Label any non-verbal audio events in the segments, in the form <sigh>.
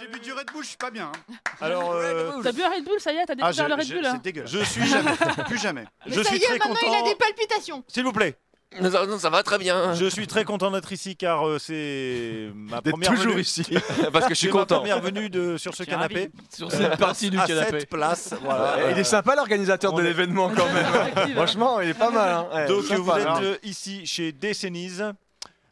J'ai bu du Red Bull, je suis pas bien. hein. Alors, euh, T'as bu un Red Bull, ça y est, t'as Ah, découvert le je- Red je- Bull. hein. c'est dégueulasse. <laughs> je <laughs> suis jamais, Plus jamais. je ça suis y est, très maintenant il content. a des palpitations. S'il vous plaît. Non, ça- non, ça va très bien. Je suis très content d'être ici car euh, c'est ma D'être première venue. <laughs> ici. Parce que je suis C'est ma content. première venue de, sur ce Tiens, canapé. Euh, Sur cette partie du à canapé. cette place. Voilà. Il est sympa l'organisateur On de est- l'événement quand même. Euh, Effective. Franchement, il est pas mal. hein. Ouais, Donc sympa, vous êtes hein. euh, ici chez Décennies.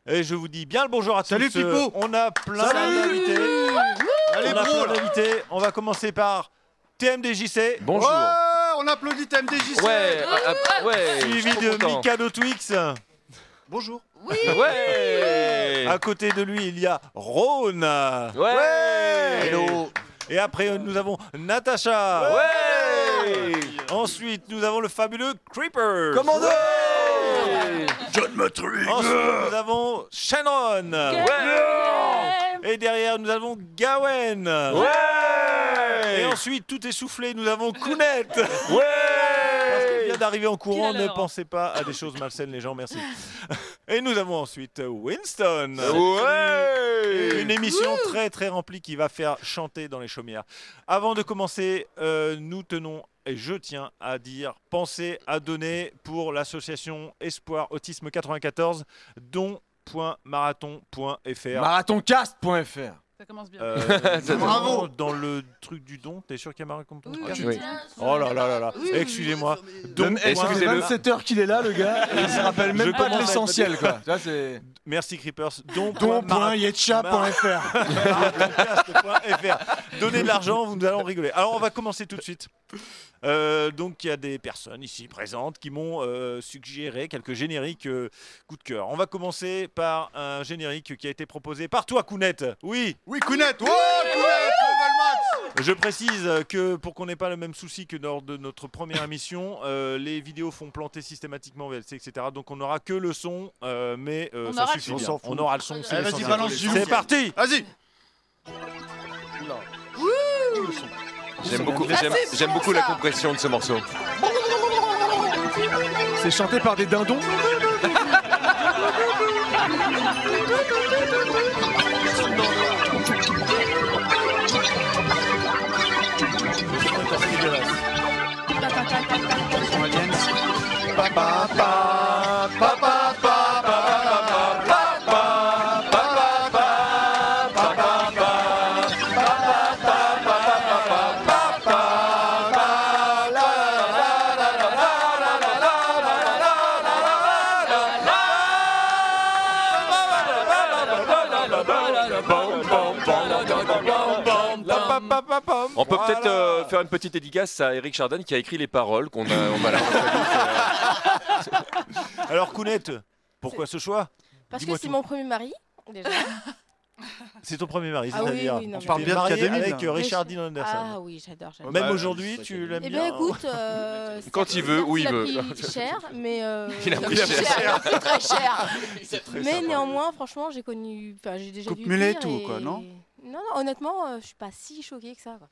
Et je vous dis bien le bonjour à Salut, tous. Euh, Pipo. On a plein Salut. d'invités. On Allez, a bro, plein là. d'invités. On va commencer par TMDJC. Bonjour. Ouais, Oh, on applaudit TMDJC. Ouais, ah, ah, ouais. je Suivi suis trop de content. Mikado Twix. Bonjour. Oui. Ouais. À côté de lui, il y a Rhône. Ouais. Hello. Et après, euh, nous avons Natacha. Ouais. Ensuite, nous avons le fabuleux Creeper. Commando John Matrix. Ensuite, nous avons Shannon. Ouais. Et derrière, nous avons Gawen. Ouais. Et ensuite, tout essoufflé, nous avons Kounette. <laughs> Parce qu'elle Ouais. vient d'arriver en courant, Pile à ne l'heure. pensez pas à des choses malsaines, les gens, merci. Et nous avons ensuite Winston. Ouais. Une émission très très remplie qui va faire chanter dans les chaumières. Avant de commencer, euh, nous tenons et je tiens à dire pensez à donner pour l'association Espoir Autisme 94 don.marathon.fr. Marathoncast.fr. Ça commence bien. Euh, Ça, bravo. Dans le truc du don, t'es sûr qu'il y a Marathon oui. Oh là là là là, Oui, oui, oui. excusez-moi. Donc, Donc, ça fait excusez-le. 27 heures qu'il est là, le <laughs> gars. et il se rappelle même Je pas de commence à être- l'essentiel, quoi. Tu vois, c'est. <laughs> Merci Creepers. Don. Don.yetcha.fr. Marathonpodcast.fr. Donnez de l'argent, vous nous allons rigoler. Alors on va commencer tout de suite. Euh, donc il y a des personnes ici présentes qui m'ont euh, suggéré quelques génériques euh, coup de cœur. On va commencer par un générique qui a été proposé par toi Kounette. Oui, Oui, Kounet. Oh, Kounet. je précise que pour qu'on n'ait pas le même souci que lors de notre première émission, euh, les vidéos font planter systématiquement VLC, etc. Donc on n'aura que le son, euh, mais euh, On ça aura suffit le bien. son. On aura le son. c'est Allez, vas-y, l'essentiel. balance du C'est parti Vas-y. J'aime beaucoup, Ça, j'aime- c'est j'aime bon, beaucoup la ça. compression de ce morceau. C'est chanté par des dindons. On peut peut-être euh, faire une petite dédicace à Eric Chardin qui a écrit les paroles qu'on a. On va <laughs> la- Alors Kounette, pourquoi ce choix Parce que Dis-moi c'est tout. mon premier mari, déjà. C'est ton premier mari, Ah oui, c'est-à-dire. oui, non, tu mais- t'es bien de marié K2000, avec là. euh, Richard Dean Anderson. ah oui, j'adore, j'adore. Même Bah, aujourd'hui, c'est tu K2000. l'aimes Eh bien. bien, écoute, euh, <laughs> Quand c'est- il veut, où il a veut. pris cher, mais euh, Il a pris c'est cher. c'est très <laughs> cher. mais sympa. néanmoins, franchement, j'ai connu, enfin, j'ai déjà Coupe vu mulet pire et tout, et- quoi, non Non, non, honnêtement, euh, je suis pas si choquée que ça. quoi.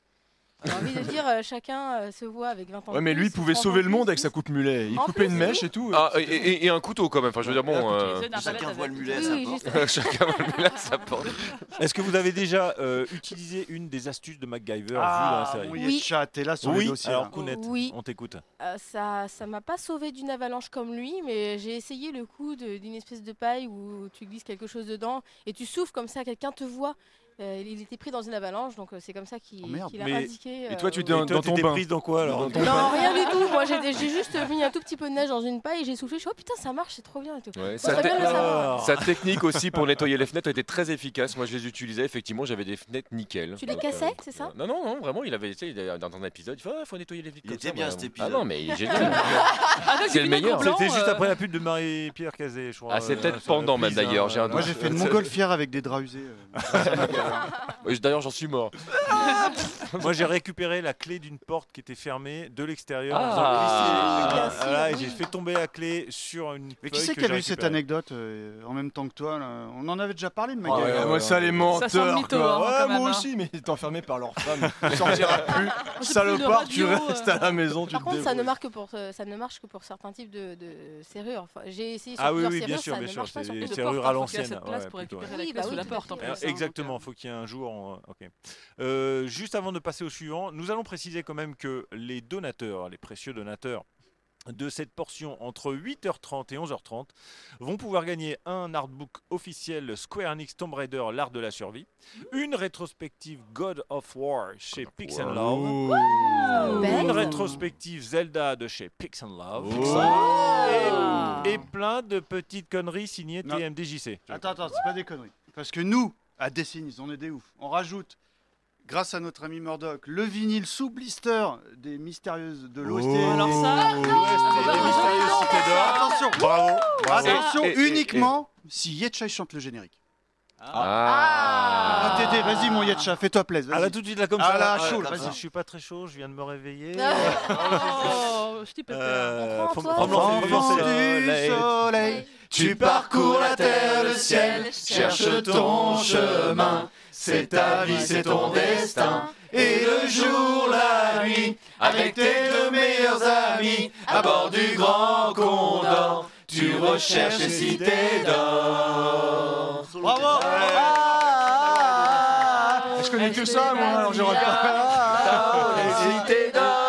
J'ai envie de dire, euh, chacun euh, se voit avec 20 ans. de Ouais, mais lui, plus, il pouvait 30 ans sauver de le monde plus. avec sa coupe mulet. Il En coupait plus, une mèche et tout. Ah, et, et- et un couteau quand même. Enfin, je veux dire, bon. euh, Chacun voit le mulet à Oui, sa oui, porte. <laughs> juste- chacun met là sa porte. hein. Est-ce que vous avez déjà euh, utilisé une des astuces de MacGyver Ah, vue dans la série Oui. Yetcha, t'es là sur le Ah, Oui, dossier. alors là. Kounette, Oui. on t'écoute. Euh, ça ça m'a pas sauvé d'une avalanche comme lui, mais j'ai essayé le coup de- d'une espèce de paille où tu glisses quelque chose dedans et tu souffles comme ça, quelqu'un te voit. Euh, il était pris dans une avalanche, donc euh, c'est comme ça qu'il Oh merde, qu'il a mais- indiqué. et toi, tu au- t'es Dans- Et toi, dans ton t'étais bain. prise dans quoi alors Dans ton Non, rien du tout. Moi, j'ai j'ai juste mis un tout petit peu de neige dans une paille et j'ai soufflé. Je suis oh putain, ça marche, c'est trop bien et tout. Ouais, Ça sa, te- bien le savoir. Alors, sa technique aussi pour nettoyer les fenêtres était très efficace. Moi, je les utilisais. Effectivement, j'avais des fenêtres nickel. Tu les Donc, euh, cassais, c'est ça Non, non, non, vraiment, il avait été dans un épisode. Il fait, Ah, faut nettoyer les fenêtres. Il comme était ça, bien, moi. cet Ah épisode. non, mais il <laughs> est génial. Avec Ah, c'est du le vinaigre meilleur. blanc, C'était juste euh, après la pub de Marie-Pierre Cazé, je crois. Ah, c'est euh, peut-être sur la pendant même, prise, hein, d'ailleurs, j'ai un euh, Moi, j'ai fait une montgolfière avec des draps usés. euh. Ouais, D'ailleurs, j'en suis mort. Moi, <laughs> j'ai récupéré la clé d'une porte qui était fermée de l'extérieur. Ah. en faisant glisser. Ah, bien Voilà, sûr, et j'ai oui. fait tomber la clé sur une. Mais qui feuille c'est que qui avait j'ai eu cette récupérée. anecdote euh, en même temps que toi là On en avait déjà parlé de Ah ouais, MacGyver. moi, ça, les Ça sent le menteurs. mytho, quoi. hein, Ouais, quand même, moi hein. aussi, mais il est enfermé par leur <laughs> femme. Tu sortiras plus. on sait plus de Salopard, tu radio, euh. restes à la maison. Tu Par te contre, ça ne, débrouilles. marque que pour, euh, ça ne marche que pour certains types de, de serrures. Enfin, j'ai essayé sur Ah oui, plusieurs oui, serrures, ça bien sûr, bien ne sûr. marche pas C'est sur des plusieurs de serrures porte, à hein, faut qu'il y ait l'ancienne. cette place ouais, pour plutôt, ouais. récupérer ouais. la Oui, clé sous bah la oui, porte en tout à plus. fait. hein, Ah, donc, Exactement, faut qu'il y ait un jour encore. euh, ok. Euh, juste avant de passer au suivant, nous allons préciser quand même que les donateurs, les précieux donateurs de cette portion entre 8h30 et 11h30 vont pouvoir gagner un artbook officiel Square Enix Tomb Raider l'art de la survie, une rétrospective God of War chez Pix and Love, Ah, Belle. une rétrospective Zelda de chez Pix and Love Oh. et, et plein de petites conneries signées Non. TMDJC. Attends, attends, c'est pas des conneries. Parce que nous, à Dessines, on est des oufs. On rajoute, grâce à notre ami Murdoch, le vinyle sous blister des mystérieuses de l'OST. Oh, Oh. Alors ça, L'OST des mystérieuses cités d'or. Attention, Bravo, bravo. attention, Et- et- et- uniquement si Yetchai chante le générique. Ah. Ah, Tété, vas-y mon Yetcha, fais-toi plaisir. Ah là, tout de suite, là, comme Ah ça. là, ouais, chaud, comme vas-y. ça. Euh, Je suis pas très chaud, je viens de me réveiller. <laughs> oh, je t'ai pas peur. Euh, On prend, faut- toi. faut me lancer, faut me Enfant lancer. du soleil, Tu parcours la terre, le ciel, cherche ton chemin. C'est ta vie, c'est ton destin. Et le jour, la nuit, avec tes deux meilleurs amis, à bord du grand condor, tu recherches les cités d'or. Bravo Ah, Ah, Je connais que ça, moi, alors je ah, regarde. Ah, Les cités d'or.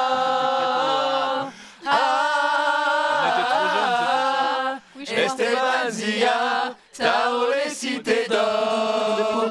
Ah, Oui, je comprends. Esteban Zia, Sao les cités d'or.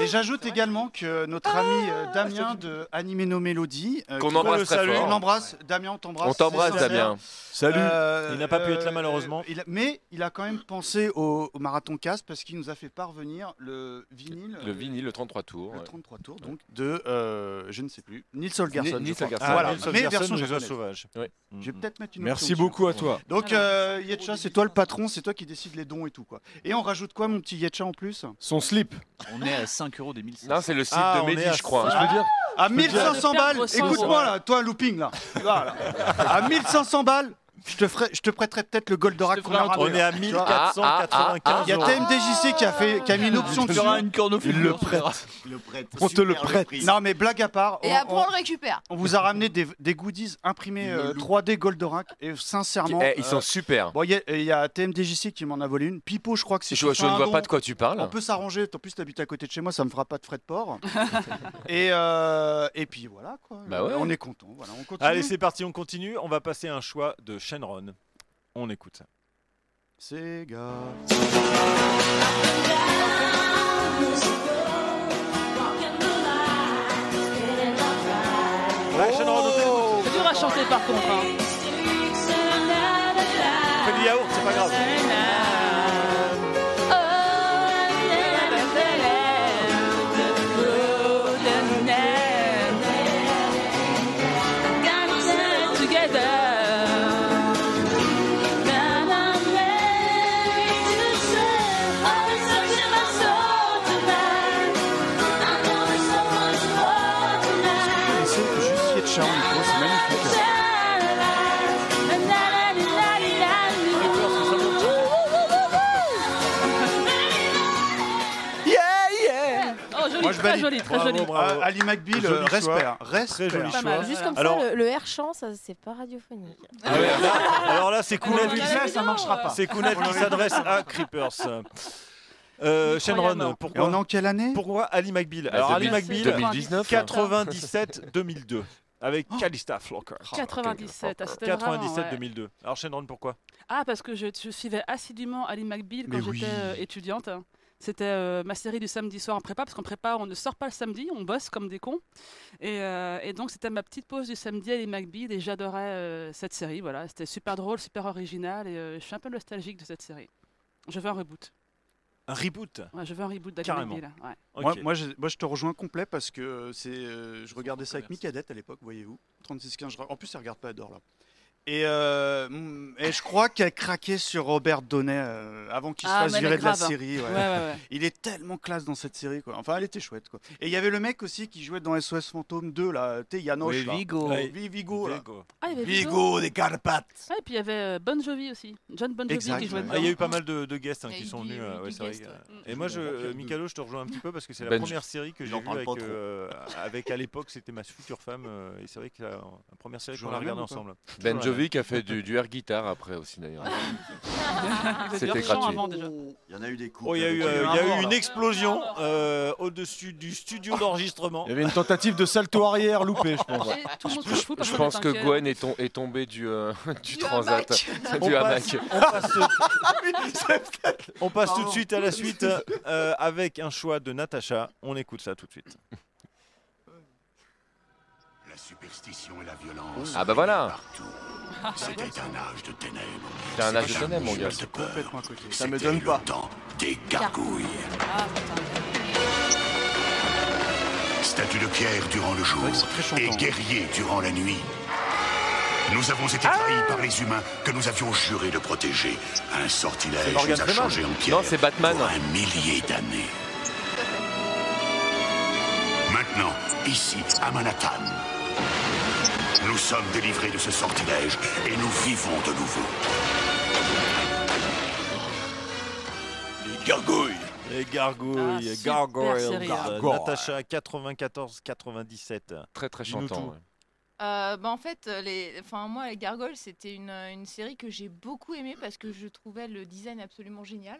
Et j'ajoute également que notre ami euh, Damien de Animé nos Mélodies, euh, Qu'on qui- embrasse très on fort. l'embrasse, Damien, on Oh, t'embrasse. On t'embrasse, c'est sincère. Damien. Salut. Euh, Il n'a pas pu être là, malheureusement. il a- mais il a quand même pensé au, au marathon casse parce qu'il nous a fait parvenir le vinyle, Le vinyle, le 33 le tours. ouais. 33 tours donc de euh, je ne sais plus Nils Holgersson. Nils je crois. Holgersson. Ah, Voilà, Nelson mais Gerson, version les oiseaux japonaise. sauvages. Ouais. Je vais peut-être mettre une Merci option dessus. beaucoup à toi. Donc euh, Yetcha, c'est toi le patron, c'est toi qui décide les dons et tout quoi. Et on rajoute quoi mon petit Yetcha en plus Son slip. On est à 5 euros des 1500. Non, c'est le site Ah, de on est Mehdi, à je crois. ça. Ah, À 1500 balles, perdre 100 écoute-moi là, toi looping là. Voilà. À 1500 balles, je te ferai, je te prêterai peut-être le Goldorak qu'on aura. On est à Ah, Il y 1495 a euros. TMDJC qui a fait, qui a mis une option Tu dessus. auras une cornoflure. Il le prête. Le prête. On te le prête. Non mais blague à part, Et on, après, on- on le récupère. on vous a ramené des, des goodies imprimés euh, 3D Goldorak et sincèrement. Eh, ils euh, sont super. Bon, il y, a- il y a TMDJC qui m'en a volé une. Pipo, je crois que c'est. Je, sur je ne un vois don. pas de quoi tu On parles. peut s'arranger. En plus, t'habites à côté de chez moi, ça me fera pas de frais de port. <laughs> et euh, et puis voilà quoi. Bah ouais. On est content. Voilà, on continue. Allez, c'est parti, on continue. On va passer à un choix de Shenron. On écoute ça. Sega. Ouais, Shenron, on t'écoute. C'est dur à chanter par contre. hein. On fait du yaourt, c'est pas grave. Et c'est juste Yetcha en micro, c'est magnifique. Oh, joli, Moi, je très valide. joli, très Bravo, joli. bravo. Ah, Ali McBeal, Joli euh, respect, choix. hein, respect. Très joli Pas choix. mal. Juste comme Alors- ça, le, le air chant, ça c'est pas radiophonique. Ah ouais, là- alors là, c'est Kounet Ah, qui la ça, ça vidéo, marchera euh, pas. C'est Kounet qui s'adresse à Creepers. Euh, Shenron, Incroyable. Et pourquoi, on est en quelle année pourquoi Ali McBeal Ah, Alors, Ali McBeal, 2019. 97-2002, avec Calista Flocker. 97, ah, c'était vraiment, ouais. 97-2002. Alors, Shenron, pourquoi Ah, parce que je, je suivais assidûment Ali McBeal quand Mais j'étais oui. euh, étudiante. C'était euh, ma série du samedi soir en prépa, parce qu'en prépa, on ne sort pas le samedi, on bosse comme des cons. Et, euh, et donc, c'était ma petite pause du samedi, Ali McBeal, et j'adorais euh, cette série. Voilà, c'était super drôle, super original, et euh, je suis un peu nostalgique de cette série. Je veux un reboot. Un reboot. Ouais, je veux un reboot d'Ali Carrément. McBeal. ouais. Ok. Moi, moi, je, moi, je te rejoins complet parce que euh, c'est, euh, je regardais ça avec Micadette à l'époque, voyez-vous. 36-15, je re- en plus, elle regarde pas Adore là. Et, euh, mm, et je crois qu'elle craquait sur Robert Donnet euh, avant qu'il Ah, se mais fasse elle est virer de la grave, hein. série. ouais. Ouais, ouais, ouais. Il est tellement classe dans cette série. Quoi. Enfin, elle était chouette. Quoi. Et il y avait le mec aussi qui jouait dans SOS Fantôme 2, là. Tu sais, Yanoche. là. Vigo. Ouais. Vi- Vigo, là. Vigo. Ah, il y avait Vigo. des Carpates. Ouais, et puis il y avait euh, Bon Jovi aussi. John Bon Jovi Exact, qui jouait ouais. Ah, Il y a eu dedans. pas mal de, de guests hein, Il y a qui eu sont du- venus. euh, du ouais, c'est vrai guest, que- ouais. Et moi, je, euh, Mikalo, je te rejoins un petit peu parce que c'est la Ben, première série que j'ai j'en vue parle avec, pas trop. euh, avec à l'époque, c'était ma future femme. euh, et c'est vrai que la, la première série Je qu'on la a regardée regarde ou pas ensemble. Ben Toujours Jovi qui a fait du, du air guitare après aussi d'ailleurs. C'était gratuit. gratuit. avant déjà. Il y en a eu des coups. Oh, il y a eu, euh, il y a eu une explosion euh, au-dessus du Oh. studio <laughs> d'enregistrement. Il y avait une tentative de salto arrière loupée, je pense. Tout le monde s'en fout, Je personne pense ne que t'inquiète. Gwen est, tom- est tombée du, euh, <laughs> du, transat. <laughs> On du passe- hamac. on passe- On passe tout de suite à la suite euh, avec un choix de Natacha. On écoute ça tout de suite. La superstition et la violence. Ah bah voilà Ah, partout. C'était un âge de ténèbres. T'as un âge de ténèbres, mon gars. C'est complètement à côté. Ça me donne pas. temps des gargouilles. Statue de pierre durant le jour et guerrier durant la nuit. Nous avons été Ah trahis par les humains que nous avions juré de protéger. Un C'est sortilège Morgan nous a Freeman. changés en pierre. Non, c'est Batman. pour un millier d'années. Maintenant, ici, à Manhattan, nous sommes délivrés de ce sortilège et nous vivons de nouveau. Les gargouilles Les Ah, gargouilles, super gargoyles. série, gargoyles. hein. Natacha 94 97. Très très chantant. Euh, bah, en fait, euh, les, enfin moi, les Gargoyles, c'était une, euh, une série que j'ai beaucoup aimée parce que je trouvais le design absolument génial.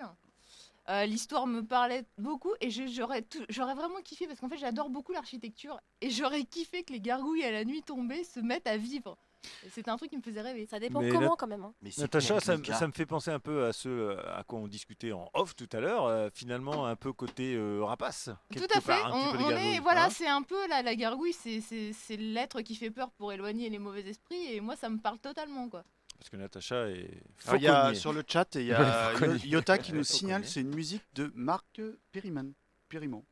Euh, L'histoire me parlait beaucoup et je- j'aurais tout- j'aurais vraiment kiffé parce qu'en fait, j'adore beaucoup l'architecture et j'aurais kiffé que les gargouilles à la nuit tombée se mettent à vivre. C'est un truc qui me faisait rêver. Ça dépend Mais comment Nat- quand même. hein. Natacha, ça, me- ça me fait penser un peu à ce euh, à quoi on discutait en off tout à l'heure. euh, finalement, un peu côté euh, rapace. Tout quelque à fait. part, un petit on, peu, les on gargouilles, est, voilà, hein. c'est un peu la, la gargouille, c'est- c'est c'est l'être qui fait peur pour éloigner les mauvais esprits et moi, ça me parle totalement quoi. Parce que Natacha est. Alors, il y a, fauconnier. sur le chat, il y <laughs> a Fauconnier. Yota qui nous Fauconnier. signale c'est une musique de Marc Perriman. Perriman.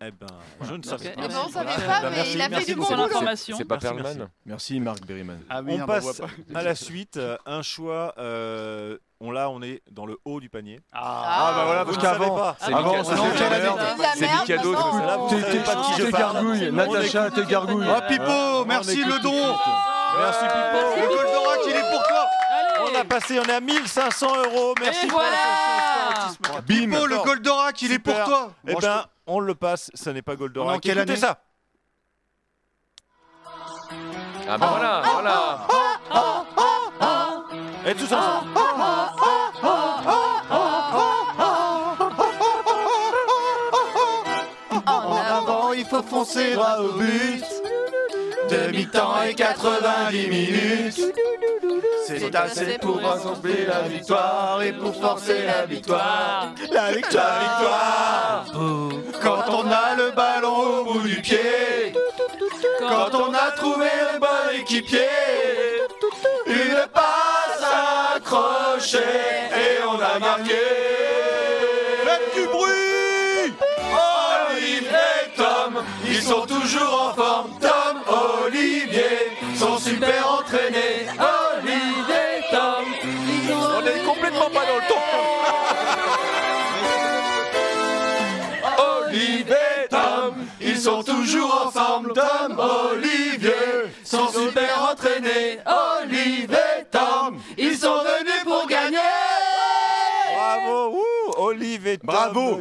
Eh ben, je ne savais Ok. pas. Eh ben, on savait Voilà. pas, Bah, mais merci, il a fait merci du bon beaucoup. boulot. C'est- c'est pas Perlman. Merci Marc Berryman. on passe à la suite. euh, Un choix. euh, on là, on est dans le haut du panier. Ah. Ah, bah voilà, parce Vous ne savez qu'avant- pas. C'est avant, Mika- on était à la merde. C'est Ah bah, C'est Mika Mikado. Oh, d'autre. Là, vous T'es- savez t'es- pas de qui t'es je parle. gargouille, On Natacha, écoute. t'es gargouille. Ah, Hein Pipo, merci le don. Merci Pipo. Le Goldorak, il est pour toi. On Eh. a passé, on est à 1500 euros. Merci. Eh Et pour voilà. ce Bim. soir. Pipo, le D'accord. Goldorak, il est pour Super. toi. Eh Moi, je ben, on le passe. Ce n'est pas Goldorak. On est en quelle Écoutez année ça. Ah bah voilà, voilà Et tous ensemble. Ah, En bah, avant, il faut foncer droit au but. Demi-temps et 90 minutes. C'est assez pour rassembler la victoire et pour forcer la victoire. La victoire, victoire. Quand on a le ballon au bout du pied, quand on a trouvé le bon équipier, une passe accrochée et on a marqué. Faites du bruit Olive et Tom, ils sont toujours en forme. Tom, Olivier, sont super entraînés. Olive et Tom, on est complètement pas dans le <laughs> temps. Olive et Tom, ils sont toujours en forme. Tom, Olivier, sont super entraînés. Olive et Tom, ils sont venus pour gagner. Bravo, ouh, Olive et Tom. Bravo,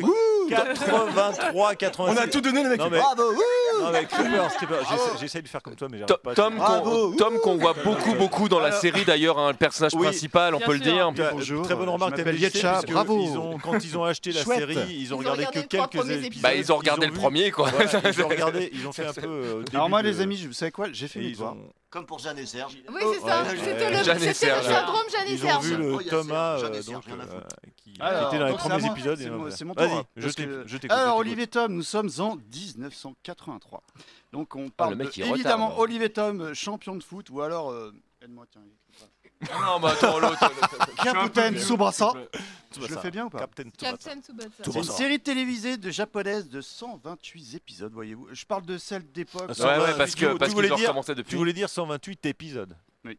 83, 86. On a tout donné, le mec. Non, mais- Ah. Bravo, ouh. Non, mais Skipper, Skipper, j'essaie- j'essaie de faire comme toi, mais j'arrive To- pas. à- Tom qu'on euh, Tom qu'on voit beaucoup beaucoup dans la Alors- série d'ailleurs, hein, le personnage Oui. principal, on peut le dire. T'as- Très bonne remarque, Ah, m'appelle TMDJC, Yetcha, parce que bravo. ils ont- quand ils ont acheté la Chouette. série, Ils ils ont ont regardé que regardé les trois quelques premiers épisodes. Bah, ils ont regardé le vu- premier, quoi. Voilà, ils ont regardé, ils ont fait un peu. euh, au bah, Alors début moi de- les amis, je- vous savez quoi J'ai fait Et mes ils devoirs. Comme pour Jeanne et Serge. Oui, c'est ça. Oh, Ouais, C'était le, Jeanne et c'était le Serge. syndrome Jeanne et Ils ont Serge. vu Oh, le il y a Thomas Serge, Jeanne et euh, Serge, donc, rien à euh, foutre. qui qui Alors, était dans les donc, c'est à premiers moi. épisodes. et C'est on mon- va- c'est mon tour, Vas-y, hein, je parce t'écoute, que- je t'écoute. Alors, je t'écoute. Olivier Tom, nous sommes en 1983. Donc, on parle le mec, de- il retarde, évidemment hein. Olivier Tom, euh, champion de foot, ou alors. euh, Aide-moi, tiens. <laughs> Non, mais attends, l'autre. Capitaine Tsubasa. Je le Tsubasa. fais bien ou pas Captain Captain Tsubasa. C'est une série télévisée de japonaise de 128 épisodes, voyez-vous. Je parle de celle d'époque. Ah, 128, ouais, parce que- tu parce voulais qu'ils ont dire- recommencé depuis. Tu voulais dire 128 épisodes. Oui.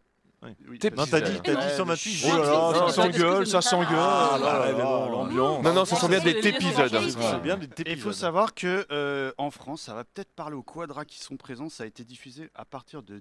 Oui, T'es- Non, t'as dit, t'as dit Ouais, 128. mais Oh là là, Excusez-moi. ça s'engueule, ça s'engueule. Ah, Oh là là, mais bon, l'ambiance. Non, non, ce sont bien des épisodes. C'est bien des Et il faut épisodes. savoir que euh, en France, ça va peut-être parler aux quadras qui sont présents. Ça a été diffusé à partir de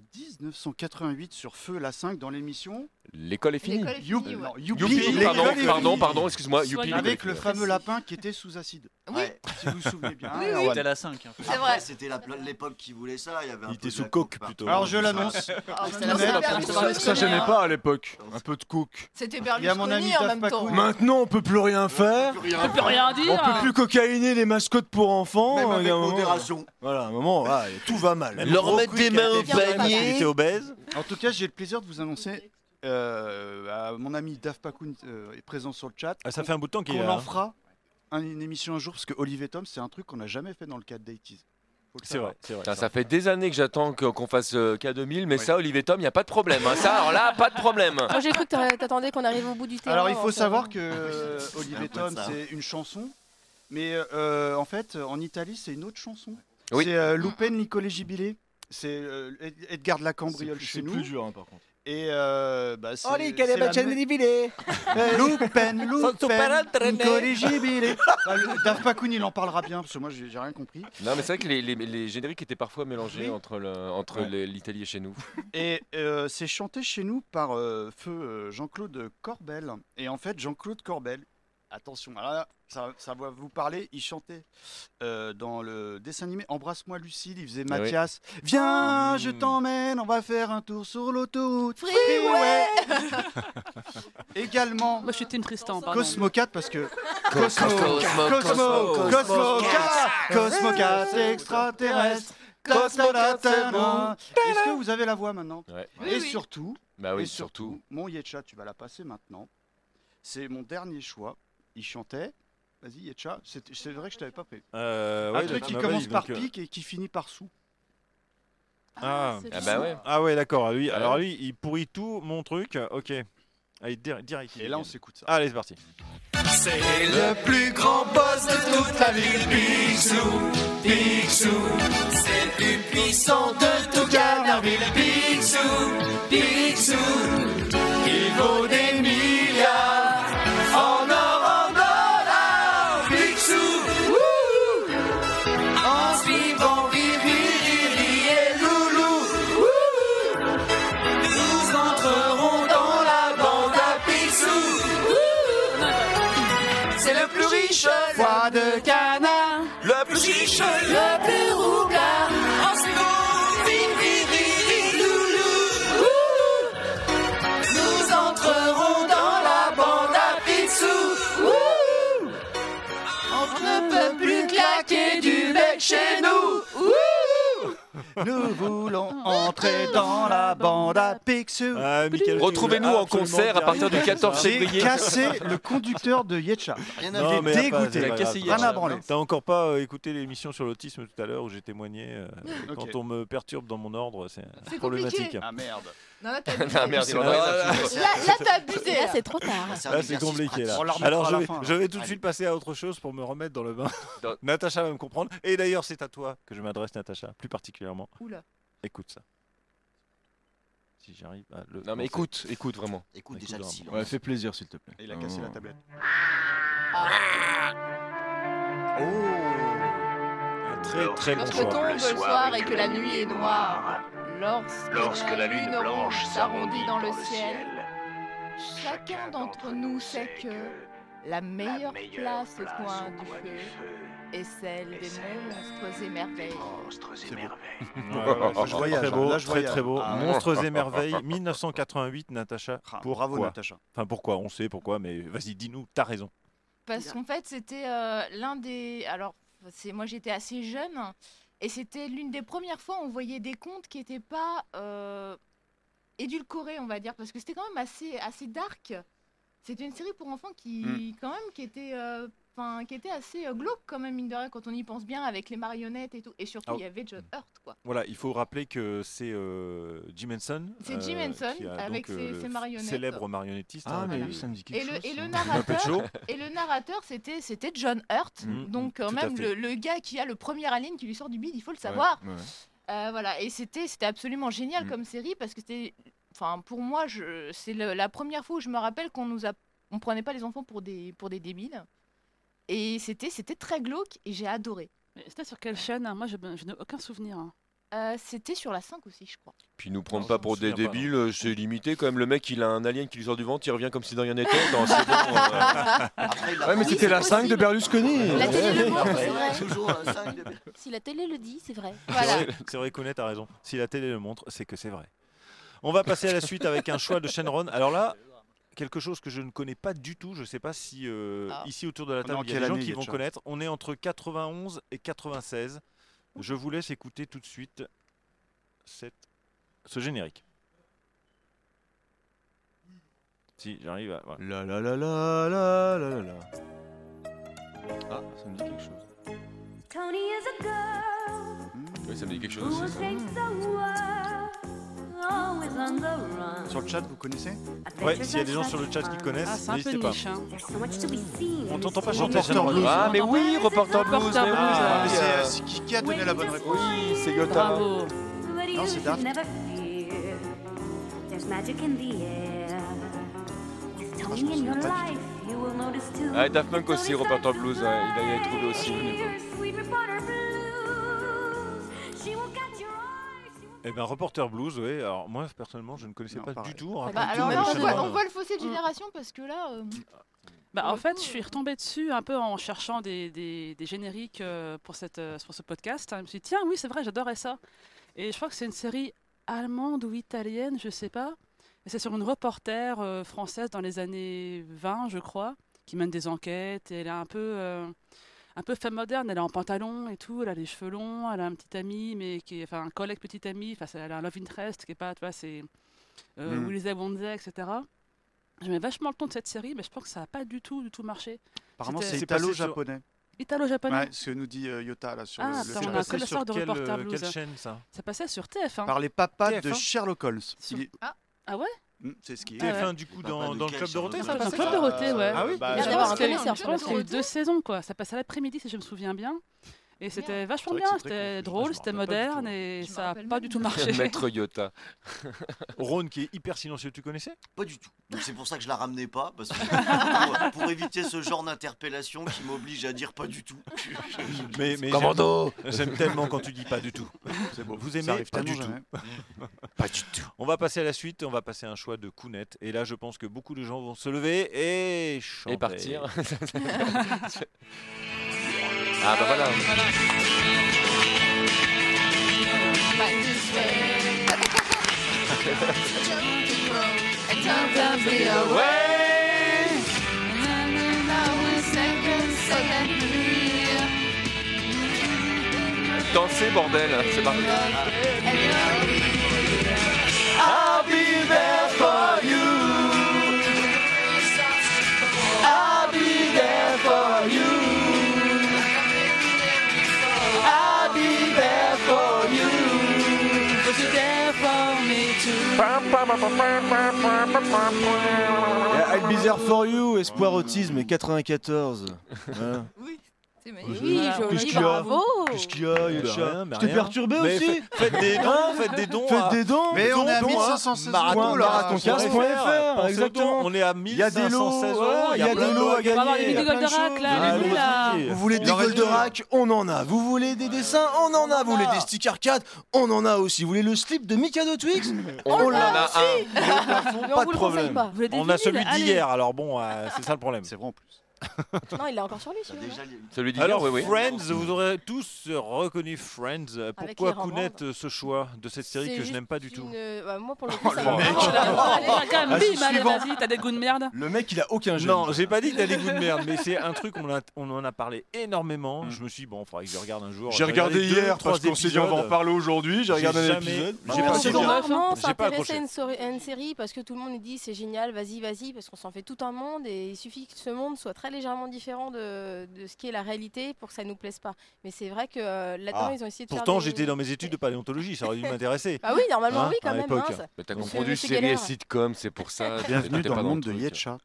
1988 sur Feu la 5 dans l'émission L'école est finie. L'école est Youp- finie, ouais. non, Youpi, Youpi, l'école pardon, est finie. pardon, pardon, excuse-moi, Youpi, l'école est Avec finie. le fameux lapin qui était sous acide. Oui. Si vous vous souvenez bien. Oui, Alors, oui. voilà. C'était la 5. hein. C'est vrai. Après, C'était la- l'époque qui voulait ça. Il y avait un peu Il était de sous la coke coke plutôt. Alors je l'annonce. Ah, Vous mais non, savez, c'est pas- ce- ce ça gênait hein. pas à l'époque. Un peu de coke. C'était Il y a mon ami Berlusconi en Daft même temps. Maintenant, on peut plus rien faire. On peut plus rien dire. On peut plus cocaïner les mascottes pour enfants. hein, Même Il y a un moment- avec modération. Voilà, à un moment, voilà, tout va mal. Même Leur Rocco mettre des qui a mains été au viré panier. parce qu'il était obèse. En tout cas, j'ai le plaisir de vous annoncer. euh, à mon ami Dave Pacoun euh, est présent sur le chat. Ah, ça fait un bout de temps qu'il est Qu'on là, en hein. fera un- une émission un jour parce que Olivier Tom, c'est un truc qu'on n'a jamais fait dans le cadre d'Aities. C'est vrai, c'est vrai. Putain, ça fait des années que j'attends que- qu'on fasse euh, K2000, mais ça, Olivier Tom, il n'y a pas de problème. hein. Ça, alors là, pas de problème. Moi, j'ai cru que t'a- t'attendais qu'on arrive au bout du terrain. Alors il faut en fait. savoir que euh, Olivier peu de Tom, ça. c'est une chanson, mais euh, en fait, en Italie, c'est une autre chanson. Oui. C'est euh, Lupin Nicolegibile. C'est euh, Ed- Edgar de la Cambriole plus- chez c'est nous. plus dur, hein, par contre. Et euh, bah, c'est. Oli, c'est la me- <laughs> Euh, Lupin, Lupin, Nicolegibile. Bah, le- Daft Pacoon, il en parlera bien, parce que moi, j'ai j'ai rien compris. Non, mais c'est vrai que les, les- les génériques étaient parfois mélangés entre le- entre Ouais. les- l'Italie et chez nous. Et euh, c'est chanté chez nous par euh, feu euh, Jean-Claude Corbel. Et en fait, Jean-Claude Corbel, attention, alors là, ça, ça va vous parler, il chantait euh, dans le dessin animé Embrasse-moi Lucille, il faisait Ah oui. Mathias. Viens, je t'emmène, on va faire un tour sur l'autoroute. Freeway. <laughs> Également. Moi, je suis Team Tristan. pardon. Cosmo 4 parce que Cosmo, Cosmo Cosmo, Cosmo Cosmo Cosmo 4 Cat. Cosmo 4 extraterrestre cosmonaute Cosmonaute. Est-ce que vous avez la voix maintenant Ouais. Et Oui, oui. surtout Ah Bah oui, et surtout mon Yetcha tu vas la passer maintenant C'est mon dernier choix il chantait Vas-y Yetcha c'est c'est vrai que je t'avais pas pris Euh, ouais, Un truc bah, qui bah, commence oui, par donc, euh, pique et qui finit par sou Ah, c'est Ah bah lui. ouais. Ah ouais, d'accord. Lui, alors lui, il pourrit tout mon truc. Ok. Allez, dir- direct. Et là, on s'écoute ça. Allez, c'est parti. C'est le plus grand boss de toute la ville, Picsou, Picsou. C'est le plus puissant de tout Canardville, Picsou, Picsou. Il vaut des milliards en or, en dollars, Picsou. wouhou. En suivant Vivi, Lili et Loulou, wouhou. nous entrerons dans la bande à Picsou. wouhou. C'est le plus riche Voix de canard. Le plus riche, le plus roublard. En second, vivi, vivi, loulou. Ouh. Nous entrerons dans la bande à Picsou. Ouh. On ne peut plus claquer du bec chez nous. Ouh. Nous voulons entrer dans la bande à Picsou. Michael, tu Retrouvez-nous voulais en Ah, absolument concert à dire partir du ça. 14 février. J'ai <laughs> cassé le conducteur de Yetcha. Non, Il mais est y a pas- dégoûté. c'est pas grave. Rien à branler. T'as encore pas euh, écouté l'émission sur l'autisme tout à l'heure où j'ai témoigné. euh, Ok. Quand on me perturbe dans mon ordre, c'est <laughs> C'est problématique. compliqué. Ah, merde. Non, <laughs> là, t'as Ah, abusé. merde, il en Là, aurait là, abusé. là, t'as abusé. Là, c'est trop tard. Là, c'est compliqué. Là. On leur mettra à Alors, je la vais, fin, là. je vais tout de Allez. suite passer à autre chose pour me remettre dans le bain. <laughs> Natacha va me comprendre. Et d'ailleurs, c'est à toi que je m'adresse, Natacha, plus particulièrement. Oula. Écoute ça. Si j'arrive à le. Non, mais écoute, écoute vraiment. Écoute déjà le vraiment. silence. Ouais, fais plaisir, s'il te plaît. Il a cassé la tablette. Un très très bon Lorsque choix. tombe le soir et que la nuit est noire, lorsque, Lorsque la lune blanche s'arrondit dans le ciel, chacun d'entre nous sait que la meilleure place au coin du feu est celle des monstres et merveilles. Ouais, ouais, Je voyage, très hein. beau, Là, je très voyage. très beau. Ah. Monstres et merveilles, 1988, Natacha. Ah, Pour bravo, quoi Natacha. Enfin, pourquoi On sait pourquoi, mais vas-y, dis-nous. T'as raison. Parce qu'en fait, c'était euh, l'un des. Alors, c'est moi, j'étais assez jeune, hein, et c'était l'une des premières fois où on voyait des contes qui n'étaient pas euh, édulcorés, on va dire, parce que c'était quand même assez, assez dark. C'était une série pour enfants qui, Hmm. Mm. quand même, qui était. euh, 'fin, qui était assez euh, glauque quand même mine de rien quand on y pense bien avec les marionnettes et tout et surtout Ah il oui. y avait John Hurt quoi Voilà, il faut rappeler que c'est euh, Jim Henson. euh, C'est Jim Henson, qui a euh, avec ses- le ses marionnettes. Célèbre marionnettiste. hein, Ah, mais qui- oui, ça me dit hein. et le, et le Muppet Show. narrateur et le narrateur c'était c'était John Hurt Mhm, donc quand tout à même le, fait. le gars qui a le premier alien qui lui sort du bide il faut le savoir Ouais, ouais. Euh, voilà et c'était c'était absolument génial Mm. comme série parce que c'était enfin pour moi je c'est le- la première fois où je me rappelle qu'on nous a on prenait pas les enfants pour des pour des débiles et c'était c'était très glauque et j'ai adoré Mais C'était sur quelle chaîne hein Moi, je, je n'ai aucun souvenir. hein. Euh, c'était sur la 5 aussi je crois Puis nous prendre pas pour des souviens pas, débiles, euh, c'est limité quand même. Le mec, il a un alien qui lui sort du ventre, il revient comme si de rien n'était. Attends, c'est bon, euh. Ouais, mais c'était la 5 de Berlusconi. La télé le montre, c'est Ouais. vrai. Toujours un cinq de- Si la télé le dit, c'est vrai. <laughs> C'est vrai- C'est vrai, Kounet, t'as raison. Si la télé le montre, c'est que c'est vrai. On va passer à la suite avec un choix de Shenron. Alors là, quelque chose que je ne connais pas du tout. Je ne sais pas si euh, Ah. ici autour de la On est table, en il y a des quelle gens année, qui vont Yetcha connaître. On est entre 91 et 96. Je vous laisse écouter tout de suite cette- ce générique. Si j'arrive à. La voilà. la la la la la la la. Ah, ça me dit quelque chose. <laughs> Tony is a girl Oui, ça me dit quelque chose who aussi. ça. escapes the world, always on the run. Sur le chat, vous connaissez Ouais, s'il y a des gens sur le chat qui connaissent, Ah, c'est un peu n'hésitez pas. niche, hein. There's so much to be seen. On t'entend pas Reporter chanter Shenron. blues. Ah, mais oui, reporter blues. Reporter mais oui. blues, Ah, Mais mais c'est- euh, c'est qui, qui a donné la bonne réponse Oui, c'est Yota. Bravo. But Non, c'est you should Daft. never fear. There's magic in the air. With Tony in your life, you will notice too. Ah, et Daft Punk aussi, reporter blues. ouais, Il a il a trouvé aussi. Sweet reporter blues. She will catch your Eh ben, Reporter Blues, oui. Alors moi, personnellement, je ne connaissais pas du tout. Bah, Raconte-nous alors le là, on Shenron. voit, on voit le fossé de génération parce que là. euh, Bah, en fait, je suis retombée dessus un peu en cherchant des, des- des génériques euh, pour, cette, euh, pour ce podcast. Je me suis dit, tiens, oui, c'est vrai, j'adorais ça. Et je crois que c'est une série allemande ou italienne, je sais pas. Et c'est sur une reporter euh, française dans les années 20, je crois, qui mène des enquêtes. Et elle est un peu, euh, un peu femme moderne. Elle est en pantalon et tout. Elle a les cheveux longs. Elle a un petit ami, mais qui est, enfin, un collègue petit ami. Enfin, c'est- elle a un love interest qui est pas, tu vois, c'est euh, Mm. Willy Zabonzai, etc. J'aimais vachement le ton de cette série, mais je pense que ça n'a pas du tout, du tout marché. Apparemment, C'était- c'est italo-japonais. Italo-japonais. Ouais, ce que nous dit euh, Yota là sur Ah, le- attends, le on a chat. un Passé connaisseur sur de quel, reporter euh, blues. Ah, quelle chaîne, ça Ça passait sur hein. TF1. Par les papas de TF1. Sherlock Holmes. Il est- Ah, ah ouais Hmm, C'est ce qui est. TF1, du coup, dans- dans le Club Dorothée, ça Dans le passait Club ça Dorothée, ouais. Ah oui Bah, je c'est pense pas qu'il y a eu- un je pense qu'il y a eu deux saisons, quoi. Ça passait à l'après-midi, si je me souviens bien. Et c'était vachement bien, c'était Ah, drôle, c'était hein. moderne et ça n'a pas du tout Ah, <laughs> marché. <laughs> Maître Yota. Rhône qui est hyper silencieux, tu connaissais Pas du tout. Donc c'est pour ça que je la ramenais pas, parce que pour, pour éviter ce genre d'interpellation qui m'oblige à dire pas du tout. Mais, mais Commando j'aime- J'aime tellement quand tu dis pas du tout. C'est beau. Vous Ça aimez arrive pas du, tout. tellement pas du tout. On va passer à la suite. On va passer à un choix de Kounet. Et là, je pense que beaucoup de gens vont se lever et chanter. Et partir. <laughs> Ah bah voilà. Danser bordel, c'est parti. Ah, I'll be there for you. I'll be there for you. I'll be there for you. Cause you're there for me too. Yeah, I'd be there for you, Espoir Autisme et 94. Voilà. c'est magnifique. Oui, joli, Qu'est-ce qu'il y a bravo. Qu'est-ce qu'il y a, Mais Yetcha rien, mais Je t'ai rien. perturbé Mais aussi fait- faites des dons, Hein faites des dons à- Faites des dons hein. Mais on est à 1516 euros, là, Marathon15.fr, pensez aux dons, exactement on est à Il y a des lots, 1516 euros, voilà, il y a plein des de lots lots. à gagner il y a plein de choses. Allez, Vous voulez des Goldorak On en a. Vous voulez des dessins On en a. Vous voulez des stickers 4 On en a aussi. Vous voulez le slip de Mikado Twix On l'a en a aussi. un. Il est au plafond, Pas de problème. On a celui d'hier, alors bon, euh, c'est ça le <laughs> problème. C'est vrai en plus. Non, il est encore sur lui, celui-là. Celui d'hier, Alors, oui, oui. Friends, vous aurez tous reconnu Friends. Euh, Avec Pourquoi les romans. Kounet euh, ce choix de cette série C'est que je juste n'aime pas du tout Oh, une- bah, moi, pour <laughs> le coup, ça m'a mec. vraiment- Allez, quand Ah, même, c'est bim, allez, suivant. vas-y, t'as des goûts de merde. Le mec, il a aucun jeu. Non, j'ai pas dit que t'as des goûts de merde, mais c'est un truc, on, l'a- on en a parlé énormément. Je me suis dit, bon, il faudrait que je regarde un jour. Mm. J'ai regardé regardé hier deux, trois parce qu'on s'est dit, on va en épisodes. parler aujourd'hui. J'ai regardé un jamais- épisode. Ah, Non, J'ai non, pas c'est suivi. bon. Rarement J'ai pas s'intéresser à accroché. une, sori- à une série parce que tout le monde nous dit c'est génial, vas-y, vas-y, parce qu'on s'en fait tout un monde et il suffit que ce monde soit très légèrement différent de, de ce qui est la réalité pour que ça nous plaise pas. Mais c'est vrai que euh, là-dedans, Ah, ils ont essayé de Pourtant, faire. des- j'étais dans mes études de paléontologie, ça aurait dû <laughs> m'intéresser. Ah oui, normalement, Hein, oui, quand à même, l'époque. hein, ça- Mais t'as Monsieur- confondu Monsieur série et Galère. sitcom, c'est pour ça. Bienvenue T'étais dans pas le monde de truc. Yetcha.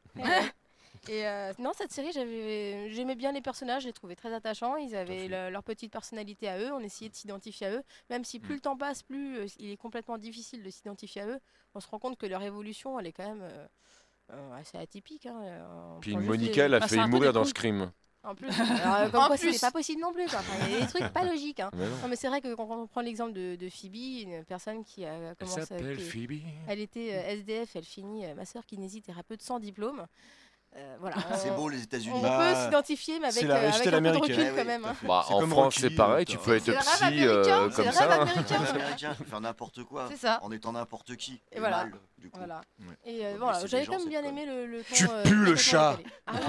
Et euh, non, cette série, j'avais- j'aimais bien les personnages, je les trouvais très attachants. Ils avaient le- leur petite personnalité à eux, on essayait de s'identifier à eux. Même si plus le temps passe, plus euh, il est complètement difficile de s'identifier à eux, on se rend compte que leur évolution, elle est quand même euh, euh, assez atypique. hein. Euh, on Puis prend juste Monica, elle les- a failli mourir dans Scream. En plus, alors, comme En quoi, c'est plus. pas possible non plus. quoi. Enfin, il y a des trucs pas logiques. hein. Mais non. non. mais c'est vrai que quand on prend l'exemple de, de Phoebe, une personne qui a commencé. s'appelle qui- Phoebe. Elle était euh, SDF, elle finit euh, ma soeur kinésithérapeute sans diplôme. euh, voilà. C'est On- beau, les États-Unis. On Bah, peut s'identifier, mais avec, c'est la euh, avec réussite un peu de américaine. recul Eh Ah oui, quand même. hein. Bah, C'est en comme France, Rocky, c'est pareil, tu peux être C'est le rêve psy américain, euh, c'est comme le ça. rêve américain, américain, je peux faire n'importe quoi. C'est ça. En étant n'importe qui. Et voilà. mal, du coup. Voilà. Ouais. Et euh, Ouais, voilà, mais c'est j'avais des quand gens, même bien aimé le, le ton. Tu euh, pues le complètement chat. décalé. <laughs> Ah ouais.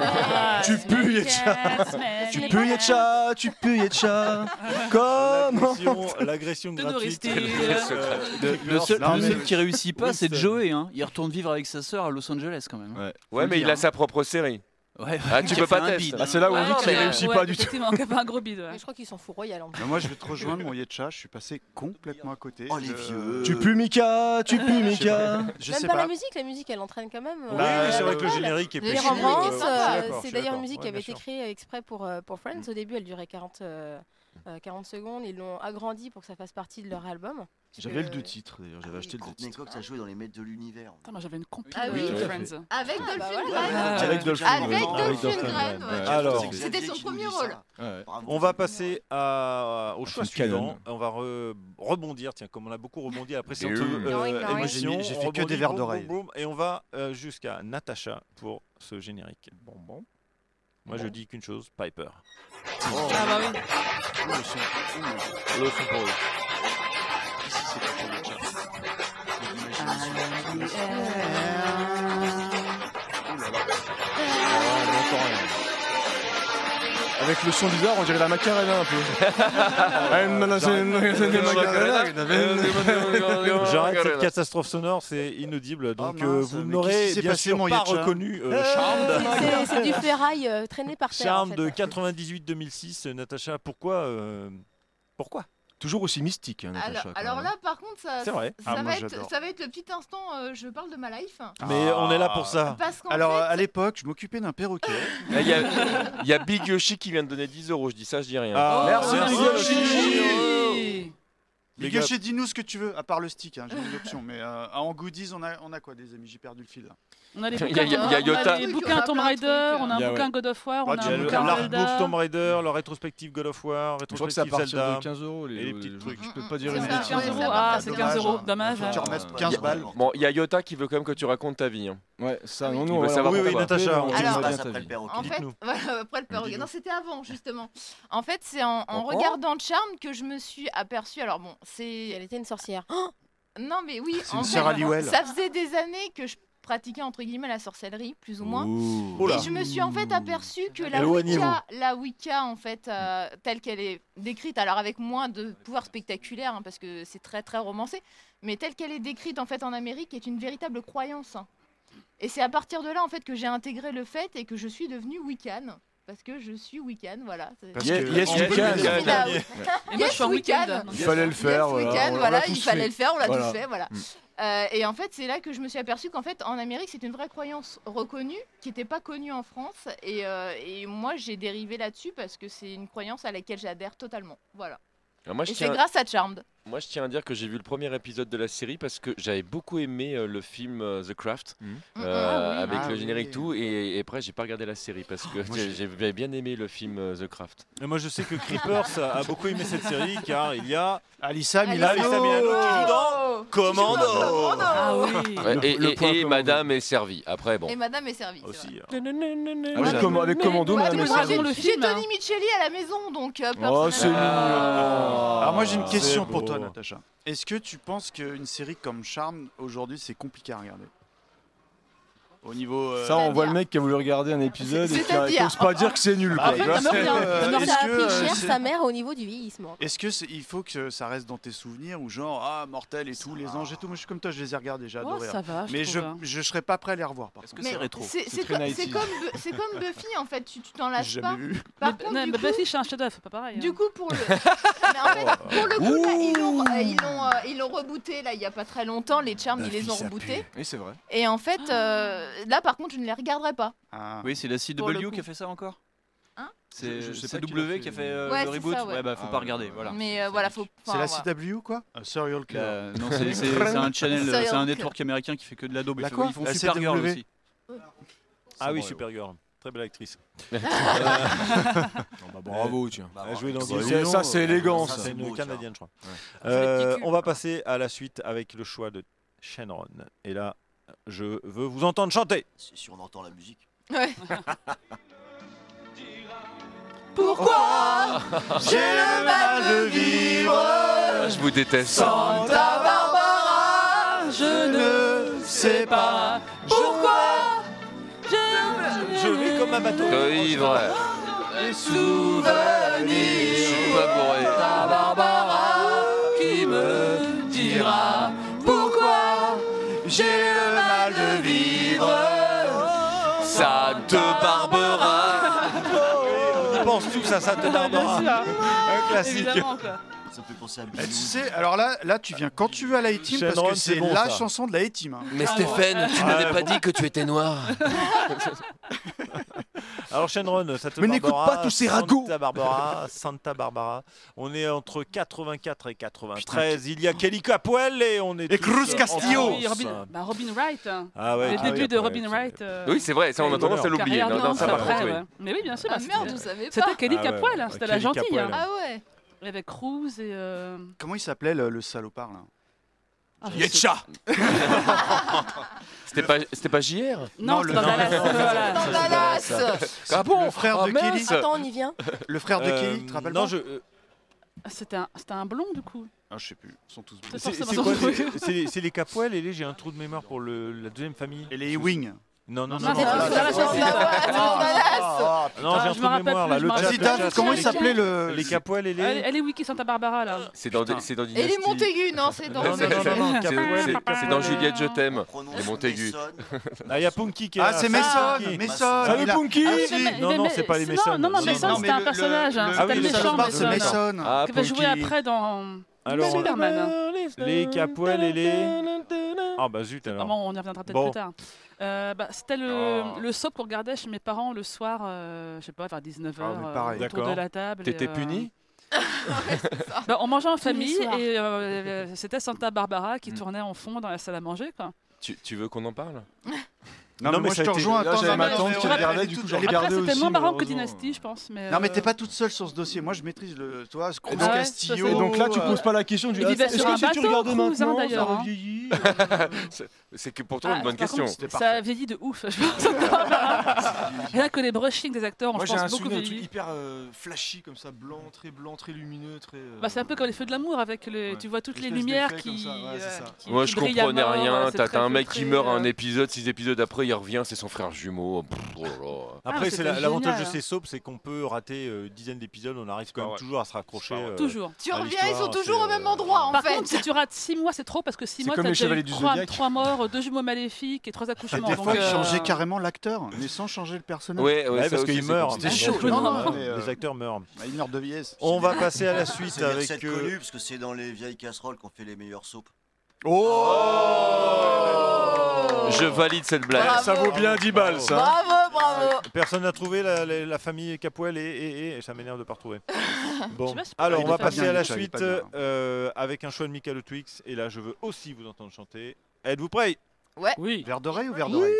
Tu pues les chats. Tu pues les chats, tu pues les chats. Ah, Comment L'agression gratuite. euh, Le, le seul, le seul qui réussit pas, c'est Joey. Hein. Il retourne vivre avec sa sœur à Los Angeles quand même. Ouais, Ouais, mais il a sa propre série. Ouais, Ah, tu qui a peux fait pas un tester. bide. Ah, c'est là où on Ouais, dit non, qu'il mais, réussit ouais, pas du tout. effectivement, qu'il y avait un gros bide. ouais. Mais je crois qu'il s'en fout royal en Mais moi, je vais te rejoindre, mon Yetcha. Je suis passé complètement à côté. Oh, les vieux. Tu pues Mika, tu pues Mika. Je Même sais pas la pas. musique, la musique elle entraîne quand même. Oui, euh, oui, Bah, c'est vrai que le générique est Les péchu, remembrances, euh, je suis d'accord, euh, je suis c'est d'ailleurs d'accord. une musique qui Ouais, avait bien été sûr. Mm. créée exprès pour, euh, pour Friends. Au début, elle durait 40, euh, euh, 40 secondes. Ils l'ont agrandie pour que ça fasse partie de leur album. J'avais le deux deux titres d'ailleurs, j'avais acheté le deux Courtney titres. Cox a joué dans Les Maîtres de l'Univers. Putain, moi, j'avais une compil Ah oui. de Ouais. Friends. Avec Ah, bah Dolphin voilà. Graham. Avec Dolphin Euh, Ah, Avec Graham. Avec Dolphin Dolphin Graham. Graham, ouais. Alors, C'était son premier rôle. On va passer à- euh, Ah, au choix film suivant. On va re- rebondir, tiens, comme on a beaucoup rebondi après cette Boum. Boing, euh, boing. émission. J'ai- j'ai on fait que des rebondit, verres boum, d'oreille. boum, boum, Et on va euh, jusqu'à Natacha pour ce générique. Bon, bon. Moi, je dis qu'une chose, Piper. Ah bah oui. Le son pour eux. Ah, Avec le son bizarre, on dirait la macarena un Ah, peu. J'arrête cette catastrophe sonore, c'est inaudible. Donc Ah, mince, mais qu'est-ce euh, vous qui n'aurez s'est bien passé, sûr mon pas Yetcha reconnu euh, Euh, C'est- Charme. C'est du ferraille euh, traîné par terre. Charme en fait. de 98-2006. Natacha, pourquoi euh, Pourquoi Toujours aussi mystique, hein, Alors, alors là, par contre, ça, C'est vrai. ça, Ah, va moi, être, j'adore. ça va être le petit instant euh, je parle de ma life. Ah. Mais on est là pour ça. Parce qu'en Alors, Ah. fait- Oh, à l'époque, je m'occupais d'un perroquet. Là, Eh, Il y, a- il y a Big Yoshi qui vient de donner 10 euros, je dis ça, je dis rien. Ah, merci, merci, Big Yoshi. Yoshi Les Big gars, up. chez dis-nous ce que tu veux, à part le stick, hein, j'ai des options. Mais euh, en goodies, on a, on a quoi, des amis J'ai perdu le fil. là. On a les Il y a- bouquins, il y a- on il y a a Yota. les bouquins Tomb Raider, on a Il y un a, bouquin ouais. God of War, on a Il y un a le- bouquin l'artbook Zelda. Tomb Raider, le rétrospective God of War, rétrospective partir de Zelda. 15 euros, et les petits trucs. Je peux pas dire C'est une ça, bêtise. 15 euros. Ah, c'est 15 euros. Dommage. Faut que tu bah. hein. remettes 15 balles. Bon, il y a Yota qui veut quand même que tu racontes ta vie. hein. Ouais, ça, non, nous, on veut va savoir la ta raconter. vie. Natacha, on Alors, va bien ta ça après vie. le père, ok. En fait, <laughs> voilà, après le perroquet. Non, c'était avant, justement. En fait, c'est en, en Oh, oh. regardant Charme que je me suis aperçue. Alors bon, c'est. Elle était une sorcière. Non, mais oui, C'est en une fait, Sarah Lewell. ça faisait des années que je pratiquais entre guillemets la sorcellerie, plus ou moins. Ouh. Oula. Et je me suis en fait aperçue que la Éloignez-vous. Wicca, la Wicca, en fait, euh, telle qu'elle est décrite, alors avec moins de pouvoir spectaculaire, hein, parce que c'est très très romancé, mais telle qu'elle est décrite en fait en Amérique est une véritable croyance. hein. Et c'est à partir de là en fait que j'ai intégré le fait et que je suis devenue Wiccan. Parce que je suis Wiccan, voilà. C'est- Parce Yes- que- yes, on peut Wiccan. le dire. Voilà. Ouais. Et moi, je Yes, suis en Wiccan. Wiccan. Il fallait le faire, Yes, voilà, Wiccan, on l'a voilà, tous il fallait fait. le faire, on l'a Voilà. tout fait, voilà. Mm. Euh, et en fait, c'est là que je me suis aperçue qu'en fait, en Amérique, c'est une vraie croyance reconnue qui n'était pas connue en France. Et, euh, et moi, j'ai dérivé là-dessus parce que c'est une croyance à laquelle j'adhère totalement. Voilà. Alors moi, je et c'est tiens- grâce à Charmed. Moi, je tiens à dire que j'ai vu le premier épisode de la série parce que j'avais beaucoup aimé euh, le film euh, The Craft euh, Ah oui. avec Ah le oui. générique tout et, et après j'ai pas regardé la série parce que j'ai- j'avais bien aimé le film euh, The Craft. Et moi, je sais que Creepers a a beaucoup aimé cette série car il y a Alissa Milano, Milano. Oh. qui joue dans Commando. Ah oui. Ouais, et le et- point et commando. Madame est servie. Après, bon. Oh. Et Madame est servie. c'est hein. vrai. Ah oui, comme- avec Commando, Ouais, madame mais et moi, servie. j'ai- J'ai Tony Micheli à la maison, donc. euh, hein. Oh, c'est mignon. Alors moi j'ai une Ah, C'est question beau. pour toi Natacha. Est-ce que tu penses qu'une série comme Charme aujourd'hui c'est compliqué à regarder Au niveau euh, Ça, on voit le mec qui a voulu regarder un épisode et qui C'est-à-dire- n'ose pas dire que c'est nul. quoi. Ah, en fait, Tu vois, ta mère c'est- vient- euh, ta mère est-ce Ça a que, pris euh, cher c'est- sa mère au niveau du vieillissement. Est-ce que c'est- il faut que ça reste dans tes souvenirs ou genre ah mortel et tout les anges et tout moi je suis comme toi je les ai regardés j'ai Oh, adoré. ça hein. va, je mais je trouve, hein. je serais pas prêt à les revoir par contre. Mais C'est c'est co- c'est comme, Bu- c'est comme Buffy en fait, tu tu t'en lasses J'ai pas. jamais vu. Par Mais- contre, non, du mais coup- Buffy, euh. c'est un chef-d'œuvre, c'est pas pareil. Du coup, <laughs> pour le, Mais en fait, pour le Oh. coup, là, ils l'ont, euh, ils l'ont, euh, ils l'ont rebooté là il y a pas très longtemps. Les charmes, ils les ont rebootés. Oui, c'est vrai. Et en fait, euh, là par contre, je ne les regarderai pas. Ah. Oui, c'est la Pour le CW qui a fait ça encore Hein C'est Je- je sais c'est pas qui W l'a qui a fait. fait euh, le Ouais, c'est reboot ça, ouais. bah faut Ah, pas ouais, regarder, voilà. Mais euh, voilà, faut. C'est enfin, la voilà. CW ou quoi Un Serial Killer. Euh, non, c'est c'est- c'est un channel, Serial c'est un killer. network américain qui fait que de la daube. La Ils font- quoi ils font La Supergirl CW. aussi. Ah oui, C'est Supergirl. Très belle actrice. Non, bah, bravo, tiens. Elle a joué dans Bah, Game dis donc, Show. ça, c'est élégant, Ça, ça. C'est C'est beau, une tu vois. canadienne, je crois. Ouais. Euh, on va passer à la suite avec le choix de Shenron. Et là, je veux vous entendre chanter. Si, si on entend la musique. Pourquoi j'ai le mal de vivre Je vous déteste. Santa Barbara, je ne sais pas pourquoi je, vis comme un bateau. De ivre. Les souvenirs, Santa Barbara, qui me dira pourquoi j'ai le mal de vivre. Sainte Barbara. On pense tous à Sainte Barbara. hein, Un classique. Ça me fait penser à Eh, tu Bilou. sais, alors là, là, tu viens quand tu veux à la team parce Shenron, que c'est c'est bon, la ça. chanson de la team hein. Mais Stéphane, tu n'avais pas dit que tu étais noir. Alors Shenron, ça te Mais n'écoute Barbara, pas tous ces ragots. Santa Barbara, Santa Barbara. On est entre 84 et 93. Il y a Kelly Capoel et on est Et tous, Cruz euh, en Castillo. France. Oui, Robin, bah, Robin Wright. hein. Ah ouais, le ah début oui, de après, Robin Wright. euh, Oui, c'est vrai, ça, on a tendance à l'oublier. carrière Non, non, de ça, par danse après, contre, oui. ouais. Mais oui, bien sûr. Ah bah, merde, c'était- vous savez pas. C'était Kelly Ah ouais, Capoel, hein, ouais, c'était la Kelly gentille. hein. Capoel. Ah ouais. Et Avec Cruz et. euh, Comment il s'appelait le, le salopard là Ah, je sais- Yetcha C'était pas, c'était pas JR Non, Non, c'était le- dans non, Dallas. non, Voilà. dans Bah Dallas. Ah bon Le frère Ah, de mince. Kelly Attends, on y vient. Le frère de Euh, Kelly, tu te rappelles non, pas je- Ah, C'était un, c'était un blond du coup. Ah, je sais plus, ils sont tous C'est blancs. c'est quoi les- C'est les- c'est les Capoel et les, j'ai un trou de mémoire pour le- la deuxième famille. Et les Wing Non, non, non. Non, non, c'est non, pas non, ça, non, c'est non, pas non, ça. non, Bah Ah, non, j'ai un trou putain, je de me mémoire là. Le rappelle plus, je me chat, rappelle le plus. chat, Comment le il chat. s'appelait le- ah, Les Capoel et Elle, les. elle est Wiki Santa Barbara là. C'est dans, c'est dans Et les Dynasty. Montaigu, non, c'est dans Non, non, c'est- non, non, non, c'est- c'est- c'est- c'est dans Juliette, je t'aime. Les Montaigu. Ah, il y a Punky qui est Ah, là. c'est Salut, Mason, Punky. Mason, Salut il a- Punky Ah oui, mais- Non, mais- non, mais- c'est pas les non, Mason. non, non, Mason, c'était un personnage, hein, c'était le méchant, Mason. Ah, Qui va jouer Punky. après dans Alors, Superman. hein. Les Capoel et les. Ah, bah zut alors. Vraiment, on y reviendra peut-être Bon. plus tard. Euh, bah, c'était le, le soap qu'on regardait chez mes parents le soir, euh, je sais pas, vers 19h, Ah, mais pareil. autour de D'accord. la table. et, T'étais euh, puni <laughs> bah, On mangeait en Tous les famille soirs. et euh, euh, c'était Santa Barbara qui tournait en fond dans la salle à manger. Quoi. Tu, tu veux qu'on en parle Non, mais moi, je te rejoins à temps j'avais ma tante qui Après, regardait, tout- du coup, je après, regardais C'était aussi. moins marrant que malheureusement. Dynasty, je pense. Mais, Non, mais t'es euh, pas toute seule sur ce dossier. Moi, je maîtrise le. Toi, Cruz Ah ouais, Castillo. Euh, ça, c'est- Et donc là, tu poses pas la question du. Il vivait Est-ce sur que un si tu bateau, regardais Cruz, hein, maintenant, ça d'ailleurs, hein. aurait vieilli C'est- C'est que pour toi une bonne par question. contre, ça a vieilli de ouf. Je pense. Rien que les brushings des acteurs, ont, Moi je j'ai un pense, beaucoup souvenir de trucs vieilli. hyper euh, flashy comme ça, blanc, très blanc, très lumineux, très. euh, Bah, c'est un peu comme les feux de l'amour avec les, tu vois toutes les Espèce lumières d'effet qui, comme ça, ouais, c'est ça. euh, qui- Moi, qui je brillent à comprenais mort, rien. c'est T'as très t'as un mec qui filtré, meurt euh. un épisode, six épisodes après, il revient, c'est son frère jumeau. Pff, oh là. Après, Ah, c'est c'était la- l'avantage génial, de ces hein. soaps, c'est qu'on peut rater euh, une dizaine d'épisodes, on arrive quand même toujours à se raccrocher. euh, Toujours. Tu à reviens, ils sont l'histoire, toujours c'est, euh, au même endroit en Par fait. contre, si tu rates 6 mois, c'est trop parce que 6 mois, comme t'as les déjà Chevaliers eu du 3, Zodiac. morts, 2 jumeaux maléfiques et 3 accouchements. Des fois, donc, ils euh, changeaient carrément l'acteur, mais sans changer le personnage. Ouais, ouais, ça parce aussi, qu'ils c'est meurent. C'était Ils chaud. Non, meurent. non, mais, Les euh, acteurs meurent. bah, Une heure de vieillesse. On va passer à la suite C'est une avec. recette euh, connue parce que c'est dans les vieilles casseroles qu'on fait les meilleures soupes. Oh. Je valide cette blague. Bravo. Ça vaut bien 10 balles, ça. Bravo, Euh, bravo. Personne n'a trouvé la, la- la famille Capoel et, et- et- ça m'énerve de ne pas retrouver. Bon, pas si c'est alors pas on la va passer famille. à la Il est pas suite bien, il est pas euh, avec un choix de Michael Twix et là je veux aussi vous entendre chanter. Êtes-vous prêts Ouais. Oui. Verre d'oreille ou verre d'oreille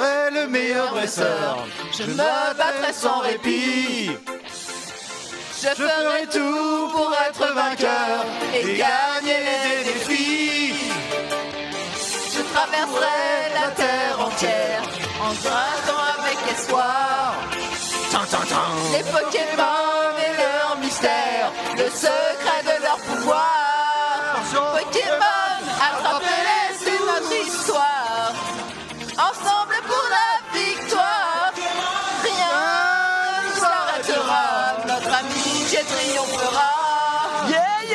Ouais, le meilleur dresseur, je me battrai sans répit. Je ferai tout pour être vainqueur et gagner les défis. Je traverserai la terre entière en grattant avec espoir. Tin, tin, tin. Les Pokémon et leur mystère, le secret de leur pouvoir. Pokémon, attrapez-les, c'est notre histoire. Ensemble pour la victoire, rien ne nous arrêtera. Notre amitié triomphera.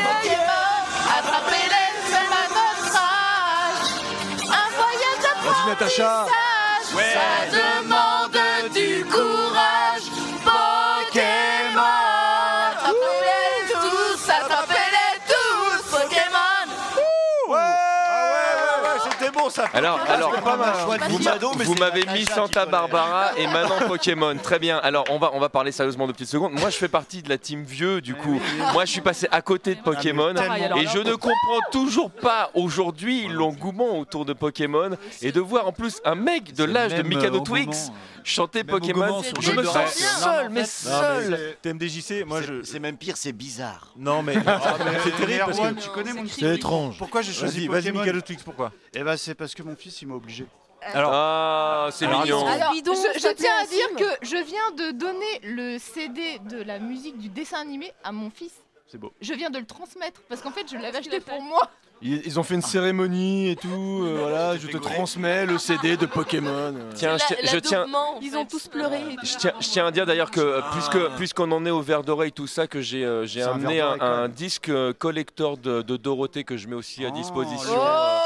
Pokémon, attrapez-les, c'est ma notre âge. Un voyage à Vas-y Natacha Ça demande du courage. Pokémon, attrapez-les tous, attrapez-les tous, Pokémon. Ouais, ouais, ouais, ouais, Ah, c'était bon ça. Alors, alors, pas mal. hein. vous m'a- vous m'avez mis Santa Barbara <laughs> et maintenant Pokémon. Très bien. Alors, on va, on va parler sérieusement de petites secondes. Moi, je fais partie de la team vieux, du coup. Moi, je suis passé à côté de Pokémon Ah, mais tellement. et je ne comprends toujours pas aujourd'hui l'engouement autour de Pokémon et de voir en plus un mec de l'âge de même, Mikado euh, au Twix moment, euh, chanter Même au moment, Pokémon. sur Je le me dos, sens c'est- seul, mais seul. TMDJC, moi je. C'est même pire, c'est bizarre. Non <laughs> Ah, mais, c'est terrible parce Euh, Erwan, que tu connais mon C'est étrange. Pourquoi j'ai choisi Vas-y, vas-y Pokémon Michael Twix, pourquoi Eh ben, c'est parce que mon fils, il m'a obligé. Alors, ah, c'est Alors, mignon. attends. Alors, Bidon, je, s'il te je tiens à plaît, dire assume. que je viens de donner le CD de la musique du dessin animé à mon fils. C'est beau. Je viens de le transmettre parce qu'en Ah, fait, je l'avais acheté pour moi. Ils, ils ont fait une cérémonie et tout. euh, voilà, je te transmets le CD de Pokémon. euh. Tiens, je, tiens- je tiens. Ils ont tous pleuré. et tout. Je tiens, je tiens à dire d'ailleurs que euh, puisque puisqu'on en est au verre d'oreille tout ça que j'ai euh, j'ai Ah. C'est un amené verre un, d'oreille, quand un disque euh, collector de, de Dorothée que je mets Oh. aussi à Oh disposition. voilà.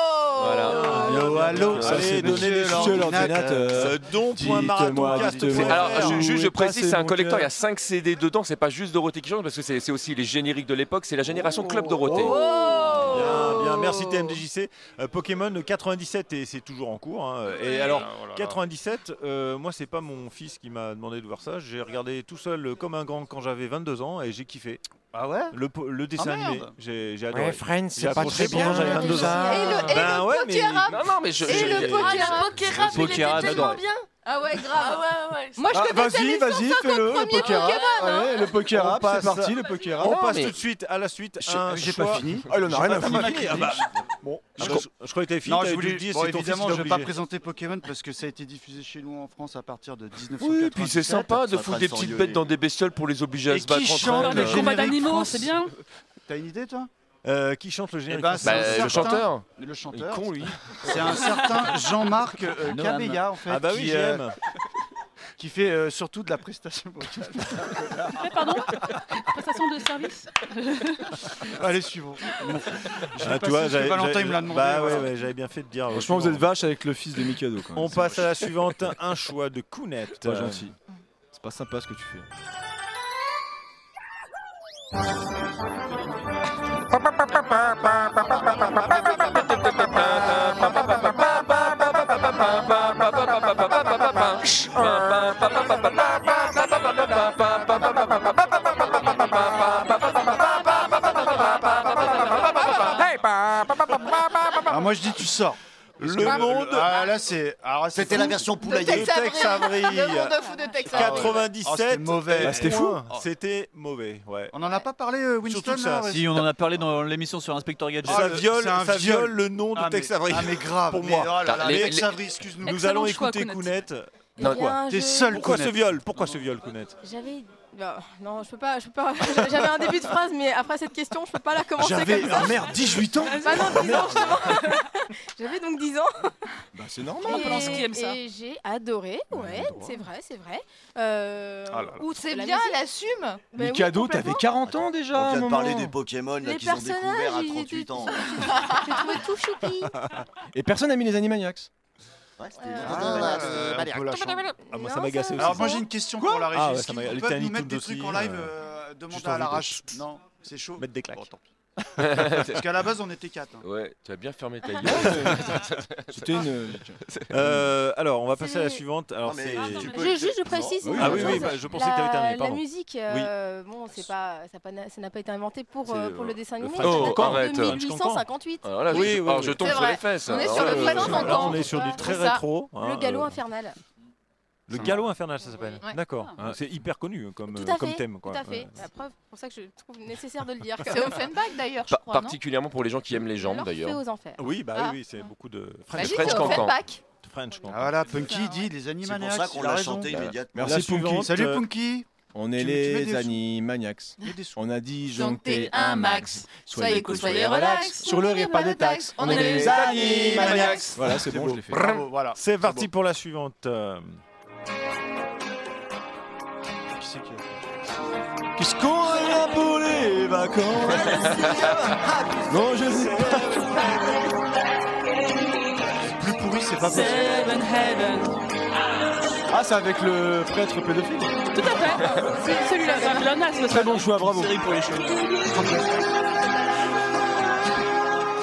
Allô, allô, ça, c'est monsieur l'ordinateur. Euh, don point Dites-moi, marathon-cast. dites-moi. C'est- Alors Où je- juste je Oh, est précise passé c'est un mon collector, il y a cœur 5 CD dedans, c'est pas juste Dorothée qui change parce que c'est c'est aussi les génériques de l'époque, c'est la génération Oh. Club Dorothée. Oh Bien, Oh. bien, merci TMDJC. Euh, Pokémon 97 et c'est toujours en cours. hein. Et Ouais. alors Ah, oh là là. 97, euh, moi c'est pas mon fils qui m'a demandé de voir ça. J'ai regardé tout seul euh, comme un grand quand j'avais 22 ans et j'ai kiffé. Ah ouais Le, po- le dessin Ah, merde. animé, j'ai j'ai adoré. Ouais, Friends, c'est J'ai pas accroché très bien, pourtant, j'avais 22 ans. Et le- et Ben le ouais, mais- poker rap. Non, non, mais je- Et je- le j'ai- poker j'ai- rap. Poker rap, il était Poker rap, tellement j'adore. bien. Ah ouais, grave. Moi, je Ah, connaissais vas-y, les vas-y, 150 fais-le, le premiers poker rap. Pokémon, hein. Ouais, le poker On rap, passe- c'est parti, le poker rap. On Non, passe mais- tout de suite à la suite. Je- un j'ai pas choix- fini. Ah, il en a rien à t'as pas foutre. fini Ah bah, Bon, Ah, je, je- je croyais que t'avais fini. Non, t'avais je tout voulais, dit, bon, c'est ton fils évidemment, qui je t'a vais pas obligé. présenter Pokémon parce que ça a été diffusé chez nous en France à partir de 1997. Oui, puis c'est sympa de foutre des petites bêtes dans des bestioles pour les obliger à Et se battre qui entre chante elles. les combats d'animaux, Générique c'est bien T'as une idée, toi Euh, qui chante le générique Eh ben, c'est Bah, un le certain- chanteur. Le chanteur. Il est con, lui. C'est un certain Jean-Marc euh, Noam. Cabella, en fait. Ah bah oui, qui, j'aime. qui fait euh, surtout de la prestation vocale. pardon Prestation de service Allez, suivant. Je l'ai Ah, pas tu vois, su, parce que j'avais- Valentin, il me l'a j'avais- demandé. bah voilà. ouais, ouais, j'avais bien fait de dire. euh, Franchement, vous suivant. êtes vache avec le fils de Mikado quand même. On C'est passe à moche. la suivante, un choix de Kounet. C'est pas gentil. C'est pas sympa ce que tu fais. Ah, moi, je dis, tu sors. Parce Le que monde- Ah, là, c'est. alors, là, c'est C'était la fou. version De poulailler. Tex Avery. Le monde fou de Tex Avery. 97. Ah, c'était mauvais. Ah, c'était fou. Point. C'était mauvais, ouais. On en a pas parlé, euh, Winston Surtout ça, là, ouais. Si, on en a parlé dans l'émission sur Inspector Gadget. Oh, ça viole, Ah, c'est un ça viol. viole le nom de Ah, mais- Tex Avery. ah, mais grave, Pour mais moi. oh là là, Les- mais les- Tex Avery, excuse-nous. Nous Excellent allons choix, écouter Kounet. Kounet. Non, Bien T'es joué. seul, Pourquoi Kounet. ce viol Pourquoi ce viol, Kounet J'avais. Non, non, je peux pas. Je peux pas. <laughs> J'avais un début de phrase, mais après cette question, je peux pas la commencer J'avais, comme ça. ah merde, 18 ans Bah non, 10 ans, justement. <laughs> J'avais donc 10 ans. Bah c'est normal. Comment on peut lancer qui aime ça et j'ai adoré, ouais, c'est vrai, c'est vrai. Euh, Ah là là. outre C'est la bien, musique, elle assume. Ben oui, Mikado, complètement. t'avais 40 ans déjà à On un vient de parler moment. des Pokémon là, Les qu'ils ont découvert à personnages, ils 38 ans. <laughs> J'ai trouvé tout choupi. Euh, Et personne n'a mis les Animaniacs. Ouais, c'était- bah, c'était- Ah, on peut la changer. Ah, moi, ça m'agaçait aussi. Alors moi j'ai une question pour la régie. Ah, ouais, Est-ce ça qu'ils m'a- les peuvent Tiny nous mettre des Toons trucs aussi, en live euh, euh, demande juste à envie de- <laughs> l'arrache Non, c'est chaud. Mettre des claques. <laughs> Parce qu'à la base on était quatre. hein. Ouais, tu as bien fermé ta gueule. C'était une- Euh, alors, on va passer à la C'est- suivante. Alors, Non, mais c'est. attends, mais- Je, juste, je précise. Ah oui, une ah oui, oui, chose. bah, je pensais que t'avais La- terminé, pardon. La musique, euh, bon, c'est pas, ça pas- ça n'a pas été inventé pour, euh, C'est, pour euh, le dessin le animé. French c'est Cancan. daté de Arrête. 1858. Alors là, je- Oui, oui, alors, oui. je tombe C'est sur vrai. les fesses. On est hein. sur le Ouais, French ouais, Cancan. ouais. Là, Euh, on est sur du très C'est ça. rétro. hein, Le galop euh, infernal. Le galop infernal, ça s'appelle. Ouais. D'accord. Hein, C'est hyper connu comme, Tout euh, à comme fait. thème. Quoi. Tout à fait. Ouais. La preuve, c'est pour ça que je trouve nécessaire de le <laughs> dire. C'est Offenbach d'ailleurs, je Pa- crois. non particulièrement pour les gens qui aiment les jambes L'Orphée d'ailleurs. aux enfers. Oui, bah Ah. oui, oui, c'est beaucoup de Bah, French dis, French c'est Cancan. Offenbach. French Cancan. Ah, Voilà, Punky dit les C'est pour Animaniacs. ça qu'on il a l'a raison. Bah, chanté immédiatement. Merci La Punky. suivante. Salut Euh, Punky. On est Tu me- tu mets les des- Animaniacs. On a disjoncté Disjoncté un max. Soyez cool, soyez relax. Sur le rire, pas de taxe. On est les Animaniacs. Voilà, c'est bon, je l'ai fait. Bravo, voilà. C'est parti pour la suivante. euh, Qui c'est qui Qu'est-ce qu'on a pour les vacances Non, je sais pas. Plus pourri, c'est pas possible. Seven Heaven. Ah, c'est avec le prêtre pédophile. Tout à fait. C'est Celui-là, c'est un clonas, le Très bon choix, bravo. Série pour les cheveux. Mais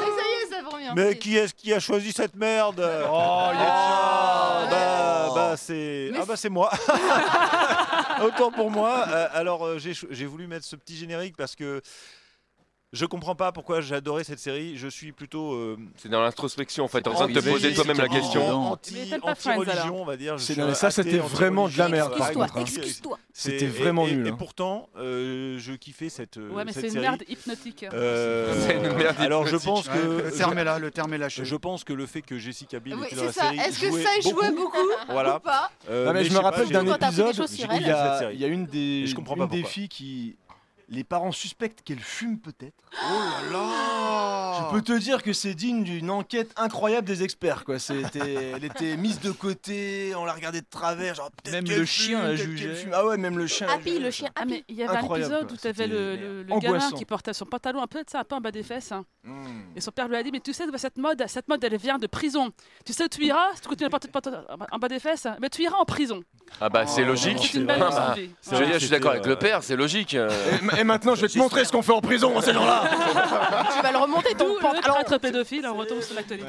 ça y est, ça vous revient. Mais qui est-ce qui a choisi cette <laughs> merde Oh, il Ah, bah, bah, c'est Mais ah bah c'est moi. <laughs> Autant pour moi. Euh, alors euh, j'ai cho- j'ai voulu mettre ce petit générique parce que Je comprends pas pourquoi j'ai adoré cette série. Je suis plutôt. euh, C'est dans l'introspection en fait, en Oh, train de te mais poser toi-même la justement, question. anti- Mais t'aimes pas Friends, anti-religion, alors on va dire. Je C'est- suis non, mais ça, athée, c'était vraiment de la merde, par anti-religieux. contre, hein. Excuse-toi, excuse-toi. C'était Et- vraiment et- nul, Et hein. pourtant, euh, je kiffais cette. euh, Ouais, mais cette c'est une série. merde hypnotique. Euh, C'est une merde Alors je hypnotique. pense que Ouais, le terme est là, le terme est lâché. Oh Je pense que le fait que Jessica Biel Oui, était dans c'est la ça. série Est-ce que jouait ça jouait beaucoup. beaucoup Voilà. ou pas Euh, Non, mais, mais je je me sais pas, rappelle j'ai- d'un Quand t'as appris des épisode choses où sur il y, elle. a- cette série. il y a une des, Et je comprends pas une des pourquoi. filles qui. Les parents suspectent qu'elle fume peut-être. Oh là là Je peux te dire que c'est digne d'une enquête incroyable des experts. Quoi. C'était, elle était mise de côté, on la regardait de travers. Genre, peut-être Même qu'elle le fume, chien la peut-être qu'elle jugeait. fume. Ah ouais, même le chien. la Happy, le chien Ah, Happy. mais il y avait un Incroyable, épisode quoi. où tu avais le, C'était le, le gamin angoissant. qui portait son pantalon un peu, tu sais, un peu en bas des fesses. hein. Et son père lui a dit Mais tu sais d'où va cette mode Cette mode, elle vient de prison. Tu sais où tu iras si tu continues à porter le pantalon en bas des fesses Mais tu iras en prison. Ah bah c'est Oh, logique. c'est une belle Ah bah, idée. je veux dire, je suis d'accord avec le père, c'est logique. Euh, Et maintenant, je vais te montrer ce qu'on fait en prison, ces gens-là. tu vas le remonter ton pantalon. Le prêtre pédophile, on retombe sur l'actualité.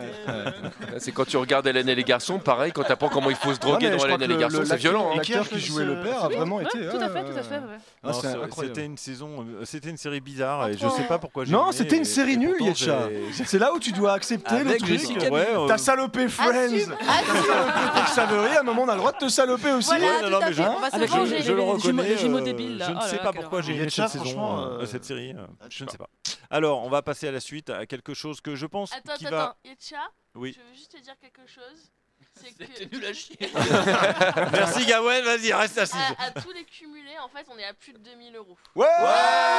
C'est quand tu regardes Hélène et les garçons, pareil, quand t'apprends comment il faut se droguer Ouais, mais dans je crois Hélène et les que garçons, le- c'est violent. hein. Oh, l'acteur qui jouait le père a vraiment été. Tout à fait, ouais, tout à fait. ouais. Ah, Non, c'est c'est- incroyable. C'était une saison, euh, c'était une série bizarre et je sais pas pourquoi j'ai Non, aimé, c'était et- une série et nulle, pourtant, Yetcha. j'ai- C'est là où tu dois accepter le Avec truc. Jessica Ouais, Biel. euh, T'as salopé Friends. <laughs> Ah, T'as salopé Rick Savory. À un moment, on a le droit de te saloper aussi. Ah, Ouais, non, non, mais je- Avec le- je, je le reconnais. les jumeaux euh, débiles, là. Je ne Oh là sais là, pas quelle pourquoi j'ai horreur. aimé Yetcha, cette saison, franchement, euh, euh, cette série. euh, Je ne sais pas. Alors, on va passer à la suite à quelque chose que je pense Attends, qui attends, va. attends. Yetcha, Oui. je veux juste te dire quelque chose. C'est que. nul à chier. Merci Gawen, vas-y, reste assise. À, à tous les cumulés, en fait, on est à plus de 2000 euros. Ouais Ah.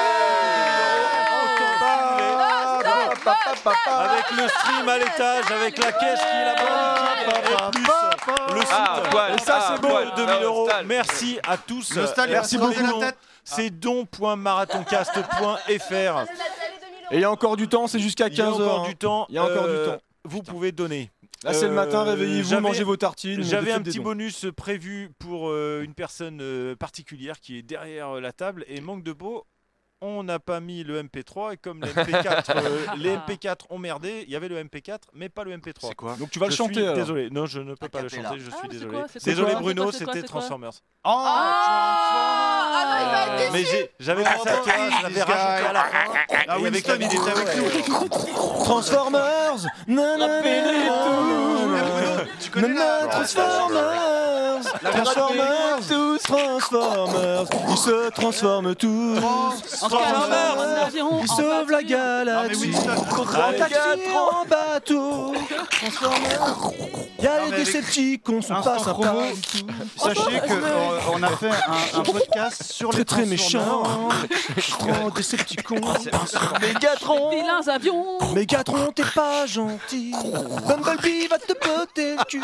Ah. Avec le stream à l'étage, avec la caisse qui est là-bas, qui est plus le Ah, site. poil, Et ça, ah, c'est beau, poil. 2000 euros. Merci à tous. Le stade, il va merci se creuser la beaucoup. tête. C'est don.marathoncast.fr. Et il y a encore du temps, c'est jusqu'à 15h. Il y a encore du temps. Il y a encore du euh, temps. Vous pouvez donner. Là, c'est le matin, réveillez-vous, j'avais- mangez vos tartines, J'avais faites un des petit dons. bonus prévu pour euh, une personne euh, particulière qui est derrière euh, la table et manque de peau. On n'a pas mis le MP3 et comme les MP4, euh, les MP4 ont merdé, il y avait le MP4 mais pas le MP3. C'est quoi Donc tu vas le chanter, alors. Désolé, non, je ne peux pas le Acapella. chanter, je suis Ah, c'est désolé. quoi, c'est quoi, Désolé c'est quoi, Bruno, c'est quoi, c'était c'est quoi Transformers. Ah. Ah non, il va être mais déçu. j'ai- j'avais pensé à toi, je l'avais rajouté à la fin. Ah, Et avec Winston, la il était avec vidéo, nous. Transformers nanana, Tu connais nanana, la- Transformers La version Transformers tous Transformers Ils se transforment tous Transformers. Ils sauvent la galaxie En Allez. taxi, en bateau Transformers Y'a les Decepticons, sont pas Instant sympas promo. Sachez que euh, on a fait un, un podcast sur Très les très méchant Transformers. <laughs> Grand Decepticon Ah, C'est insupportable. Mégatron Vilains avions Mégatron, t'es pas gentil Bumblebee va te botter le cul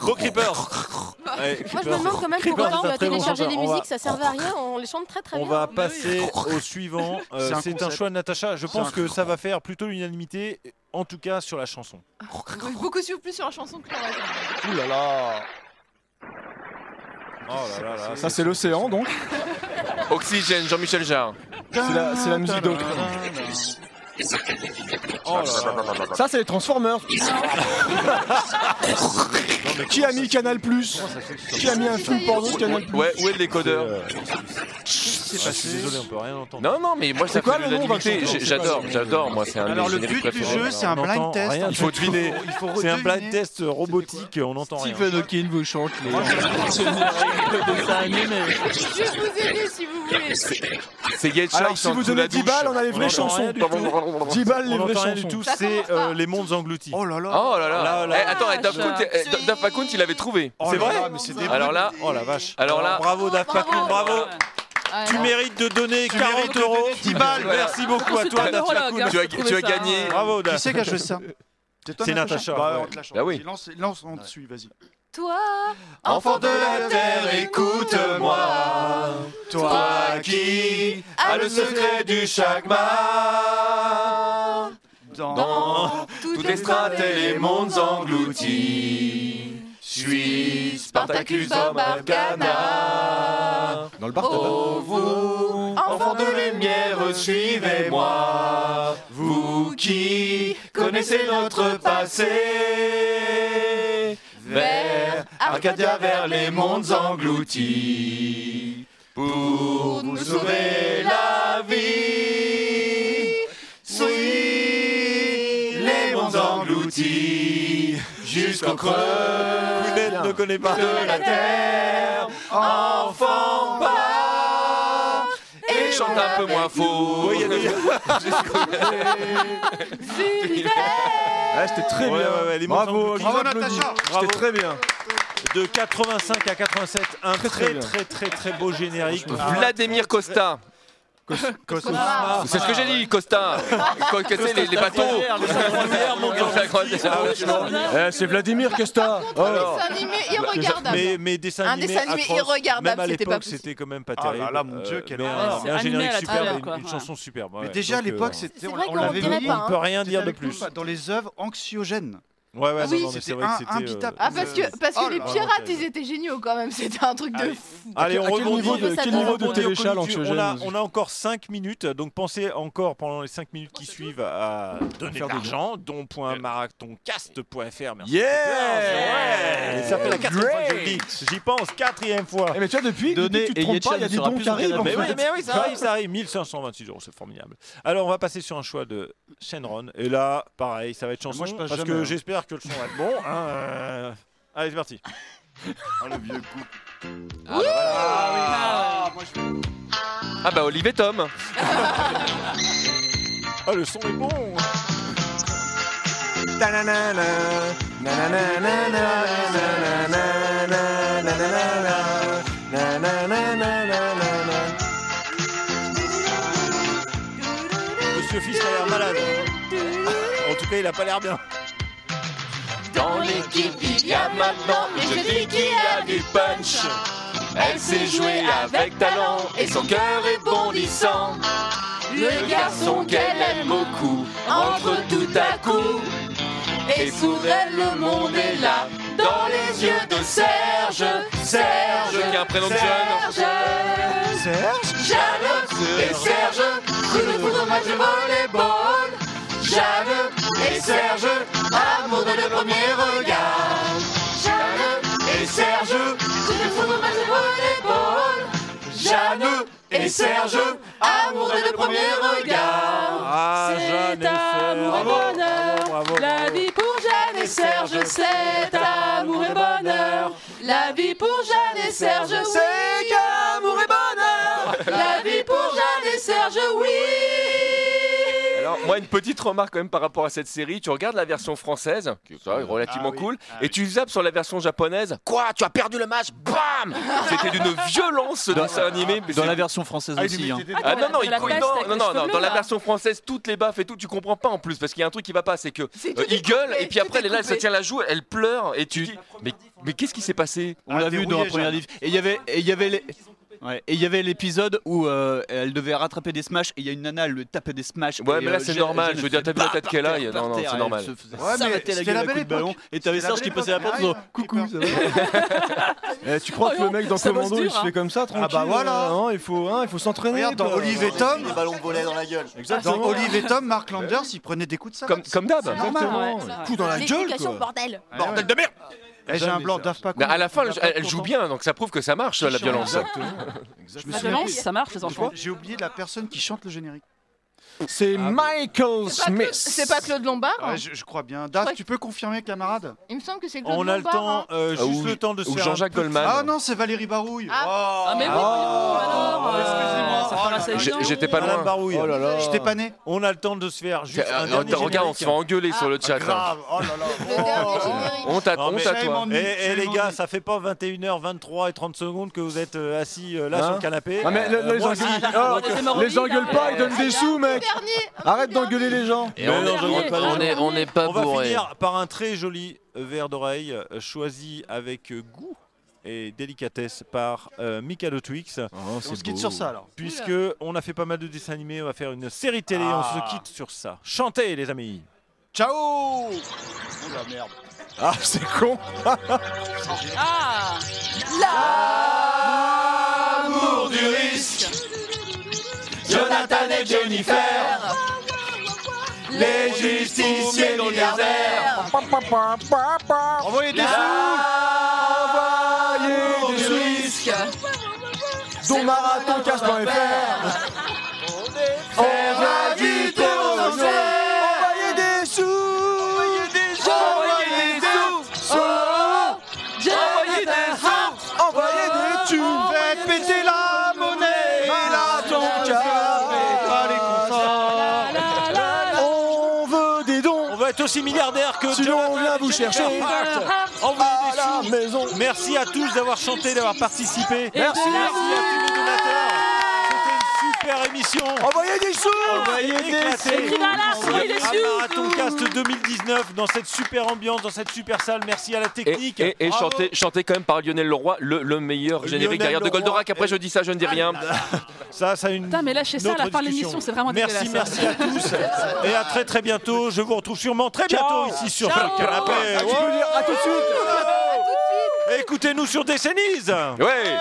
Gros Creeper Moi, je me demande quand même pourquoi tu vas télécharger les musiques, ça servait à rien, on les chante très très On bien. va passer au suivant. Euh, C'est un c'est un, concept. choix de Natacha. Je C'est pense un que ça va faire plutôt l'unanimité, en tout cas sur la chanson. Oui, Beaucoup sur- plus sur la chanson que le reste. Ouh là là Oh là là là. Ça c'est l'océan donc Oxygène, Jean-Michel Jarre. C'est la, c'est la musique de l'océan. Oh là là. Ça c'est les Transformers Qui a mis Canal Plus Qui a mis un film porno de Canal Plus Ouais, où est le décodeur C'est pas désolé, on peut rien entendre. Non, non, mais moi ça C'est quoi fait le nom, l'unanimité. Vincent J'ai- J'adore, j'adore, moi c'est un Alors, des le génériques but du préférés. jeu, c'est un On blind entend test. rien, en il faut fait. deviner. Il faut C'est un blind redeviner. test robotique, on entend rien. Stephen Hawking vous chante les hein. Je vais vous aider si vous voulez. C'est Ah, Yetcha, Alors il si chante vous sous la donnez 10 balles, douche. on a les vraies entend rien chansons du tout. 10 balles les On vraies entend rien du chansons tout, c'est euh, Les Mondes Engloutis. Oh là là Oh là là, Là, là. Eh, Attends, eh, Daft Punk, eh, Da- Daft Punk, il avait trouvé. Oh C'est là vrai là, mais c'est des Alors là, Oh la vache. alors là, Bravo Daft Punk, bravo. Tu mérites de donner 40 euros. 10 balles. Merci beaucoup à toi, Daft Punk. Tu hein, as- tu as gagné. Bravo, Qui Daft. c'est qui a joué ça toi, C'est Natacha. Bah, ouais. on te la chante. Bah oui. Vas-y, Lance, lance, on te suit, vas-y. Toi, Enfant de la terre, écoute-moi. Toi qui as le secret du chakma. Dans toutes les strates et les mondes engloutis. Suis Spartacus homme arcana. Dans le Oh vous, enfants de lumière, suivez-moi. Vous qui connaissez notre passé. Vers Arcadia, vers les mondes engloutis. Pour nous sauver la vie. creux. Poulette ne connaît pas. de la terre, enfant pas. Et chante un peu moins faux. Ouais, c'était très bien. Bravo, Bravo, Natacha. C'était très bien. De 85 à 87, un très très très très, beau générique. Ah, Vladimir Costa. Costa. C'est ce que j'ai dit, Costa. Quoi que c'est, les, les bateaux. Ah, Eh, c'est Vladimir Costa. C'est Oh. un animé irregardable. Ah, Mais, mais dessins Un animés dessin animé atroces. irregardable, Même à c'était pas l'époque, possible. c'était quand même pas Ah terrible. là là, mon Dieu, Euh, quelle mais un- horreur. un, C'est générique animé à la superbe, travers, une, quoi. une chanson superbe. Mais ouais. déjà à Donc, euh, l'époque, c'était, C'est vrai on qu'on l'avait dirait mis, pas, hein. On peut rien dire de avec nous, plus. bah, Dans les œuvres anxiogènes. Ouais, ouais, Ah non, oui, non, mais c'est c'était vrai que un- c'était, euh, imbitable. Ah, parce que, parce Oh que les là là. pirates, ils étaient géniaux quand même. C'était un truc de fou. Allez, on À quel rebondit. niveau de- quel On niveau de rebondit aux téléchat conjonctures. l'anxiogène on a, on a encore 5 minutes, donc pensez encore pendant les 5 Oh, minutes qui suivent à donner de Faire des l'argent. don.marathoncast.fr. Merci. Yeah Ouais Ça fait la quatrième fois que je le dis. J'y pense, quatrième fois. Eh, mais tu vois, depuis, depuis que tu te trompes pas, il y a des dons qui arrivent. en Ah, Mais oui, Bah, fait. mais oui, ça arrive, ça arrive. 1526 euros, c'est formidable. Alors, on va passer sur un choix de Shenron. Et là, pareil, ça va être chanson. Moi, je passe parce jamais, que hein. j'espère que le son va être bon. hein. Euh, Allez, c'est parti. Ah, le vieux coup. Ah, ah, Ah bah Olivier Tom. Ah, le son est bon. Monsieur Fils a l'air malade. En tout cas, il a pas l'air bien. Dans l'équipe, il y a maintenant une jeune fille qui a du punch. Elle sait jouer avec talent et son cœur est bondissant. Le garçon qu'elle aime beaucoup entre tout à coup. Et pour elle, le monde est là, dans les yeux de Serge. Serge, qui a un prénom de Serge, Serge, Jeanne et Serge, coup de foudre, match de volleyball. Jeanne et Serge, amour de le premier regard. Jeanne et Serge, coup de foudre, match de volleyball. Jeanne et Serge, amour de le premier regard. Ah, Jeanne et Serge. Amour et bonheur, la vie pour Jeanne et Serge, c'est amour et bonheur. La vie pour Jeanne et Serge, c'est amour et bonheur. La vie pour Jeanne et Serge, oui. Alors, moi, une petite remarque quand même par rapport à cette série. Tu regardes la version française, qui est quand même relativement cool, et tu zappes sur la version japonaise. Quoi Tu as perdu le match Bam C'était d'une violence ce dessin animé. mais Dans c'est- la version française Ah, il aussi. est- hein. Ah, non, non, de il- la peste avec non, non, les non, cheveux non, dans bleus, la là. version française, toutes les baffes et tout, tu comprends pas en plus parce qu'il y a un truc qui va pas, c'est que tout euh, est il gueule coupé, et puis après tout est elle est là, elle se coupé. tient la joue, elle pleure et tu dis mais, mais qu'est-ce qui s'est passé On l'a vu dans la première livre. Et il y avait, et il y avait les- Ouais, et il y avait l'épisode où euh, elle devait rattraper des smash et il y a une nana, elle lui tapait des smash. Ouais, et, mais euh, là, c'est Jeanne- normal, Jeanne je veux dire, fait t'as vu la bah, tête par qu'elle a, terre, il y a- par non, non, terre, c'est elle normal. se faisait Ouais, mais s'arrêter la c'était gueule la à coups de belle ballon époque. et t'avais C'était la Serge qui belle passait la époque, porte en disant ouais. coucou. ça va euh, Eh, tu crois que le mec dans Ça bosse Commando, il dur, se fait hein. comme ça, tranquille Ah bah voilà. euh, hein, Il faut, hein, il faut s'entraîner. Regarde, dans quoi. Olive et Tom, Les ballons volés dans la gueule. dans Olive et Tom, Mark Landers, il prenait des coups de ça. Comme- comme d'hab. Exactement. Coup dans la gueule, L'explication, quoi. bordel. Bordel de merde Eh, j'ai un blanc d'Af pas Mais à la fin, elle- elle joue bien, donc ça prouve que ça marche la violence. Je me souviens La violence, plus. ça marche, les enfants. J'ai oublié de la personne qui chante le générique. C'est Michael Smith. C'est pas Claude Lombard hein. Ouais, je, je crois bien. Daf, tu peux confirmer, camarade Il me semble que c'est Claude On a le Lombard, hein. temps, Ah, euh, juste ou- le temps de se ou faire. Jean-Jacques Goldman. Ah non, c'est Valérie Barouille. Ah, mais oui, voyons, alors, euh, ça fera la série. J'ai- J'étais pas Madame loin. Barouille. Oh là là. J'étais pas né. On a le temps de se faire juste. Euh, un dernier regarde, on se fait générique. Ah, engueuler sur le chat. grave. Oh hein. On On t'a- on t'a, toi. Et, Eh, les gars, ça fait pas 21h, 23 et 30 secondes que vous êtes euh, assis euh, là Hein sur le canapé. Ah, mais le- Euh, les moi engueules- aussi. oh, Donc, euh, les engueule pas, ils donnent des sous, mec. Arrête d'engueuler les gens. Et on, non, je regarde pas les gens. on est, on est pas On va bourré. finir par un très joli euh, verre d'oreille euh, choisi avec euh, goût et délicatesse par euh, Mikado Twix. on se quitte beau. sur ça, alors. Puisque on a fait pas mal de dessins animés, on va faire une série télé, Ah. on se quitte sur ça. Chantez les amis. Ciao Oh la merde. Ah c'est con. Ah Ah. L'amour du risque. Jonathan et Jennifer. Les justiciers milliardaires. Envoyez des sous. Envoyez des risque. Dont marathon casse pas On va du terrorisme. Envoyez des sous. Envoyez des sous. Envoyez des sous. ah, êtes aussi milliardaire que Sinon, on vient vous Jennifer chercher. Hart. Ah, Envoyez des sous. Merci à tous d'avoir chanté, d'avoir Eh ben, participé. Merci, merci à tous les donateurs. C'était une super émission. Oh, Envoyez des sous Envoyez des sous. Écrit dans la souris, les sous. Marathon Cast 2019 dans cette super ambiance, dans cette super salle. Merci à la Et, technique. et, et Bravo. chanté, chanté quand même par Lionel Leroy, le, le meilleur générique Lionel derrière de Leroy, Ah Goldorak. Après, je dis ça, je ne dis rien. Ça, ça a une. Putain, mais lâchez ça à la Notre fin de discussion. l'émission, c'est vraiment Merci, dégueulasse. merci à tous. Et à très très bientôt. Je vous retrouve sûrement très Ciao. bientôt ici sur Ciao. le canapé. Ah, tu peux dire à tout de suite. Écoutez-nous sur Décennies. Ouais.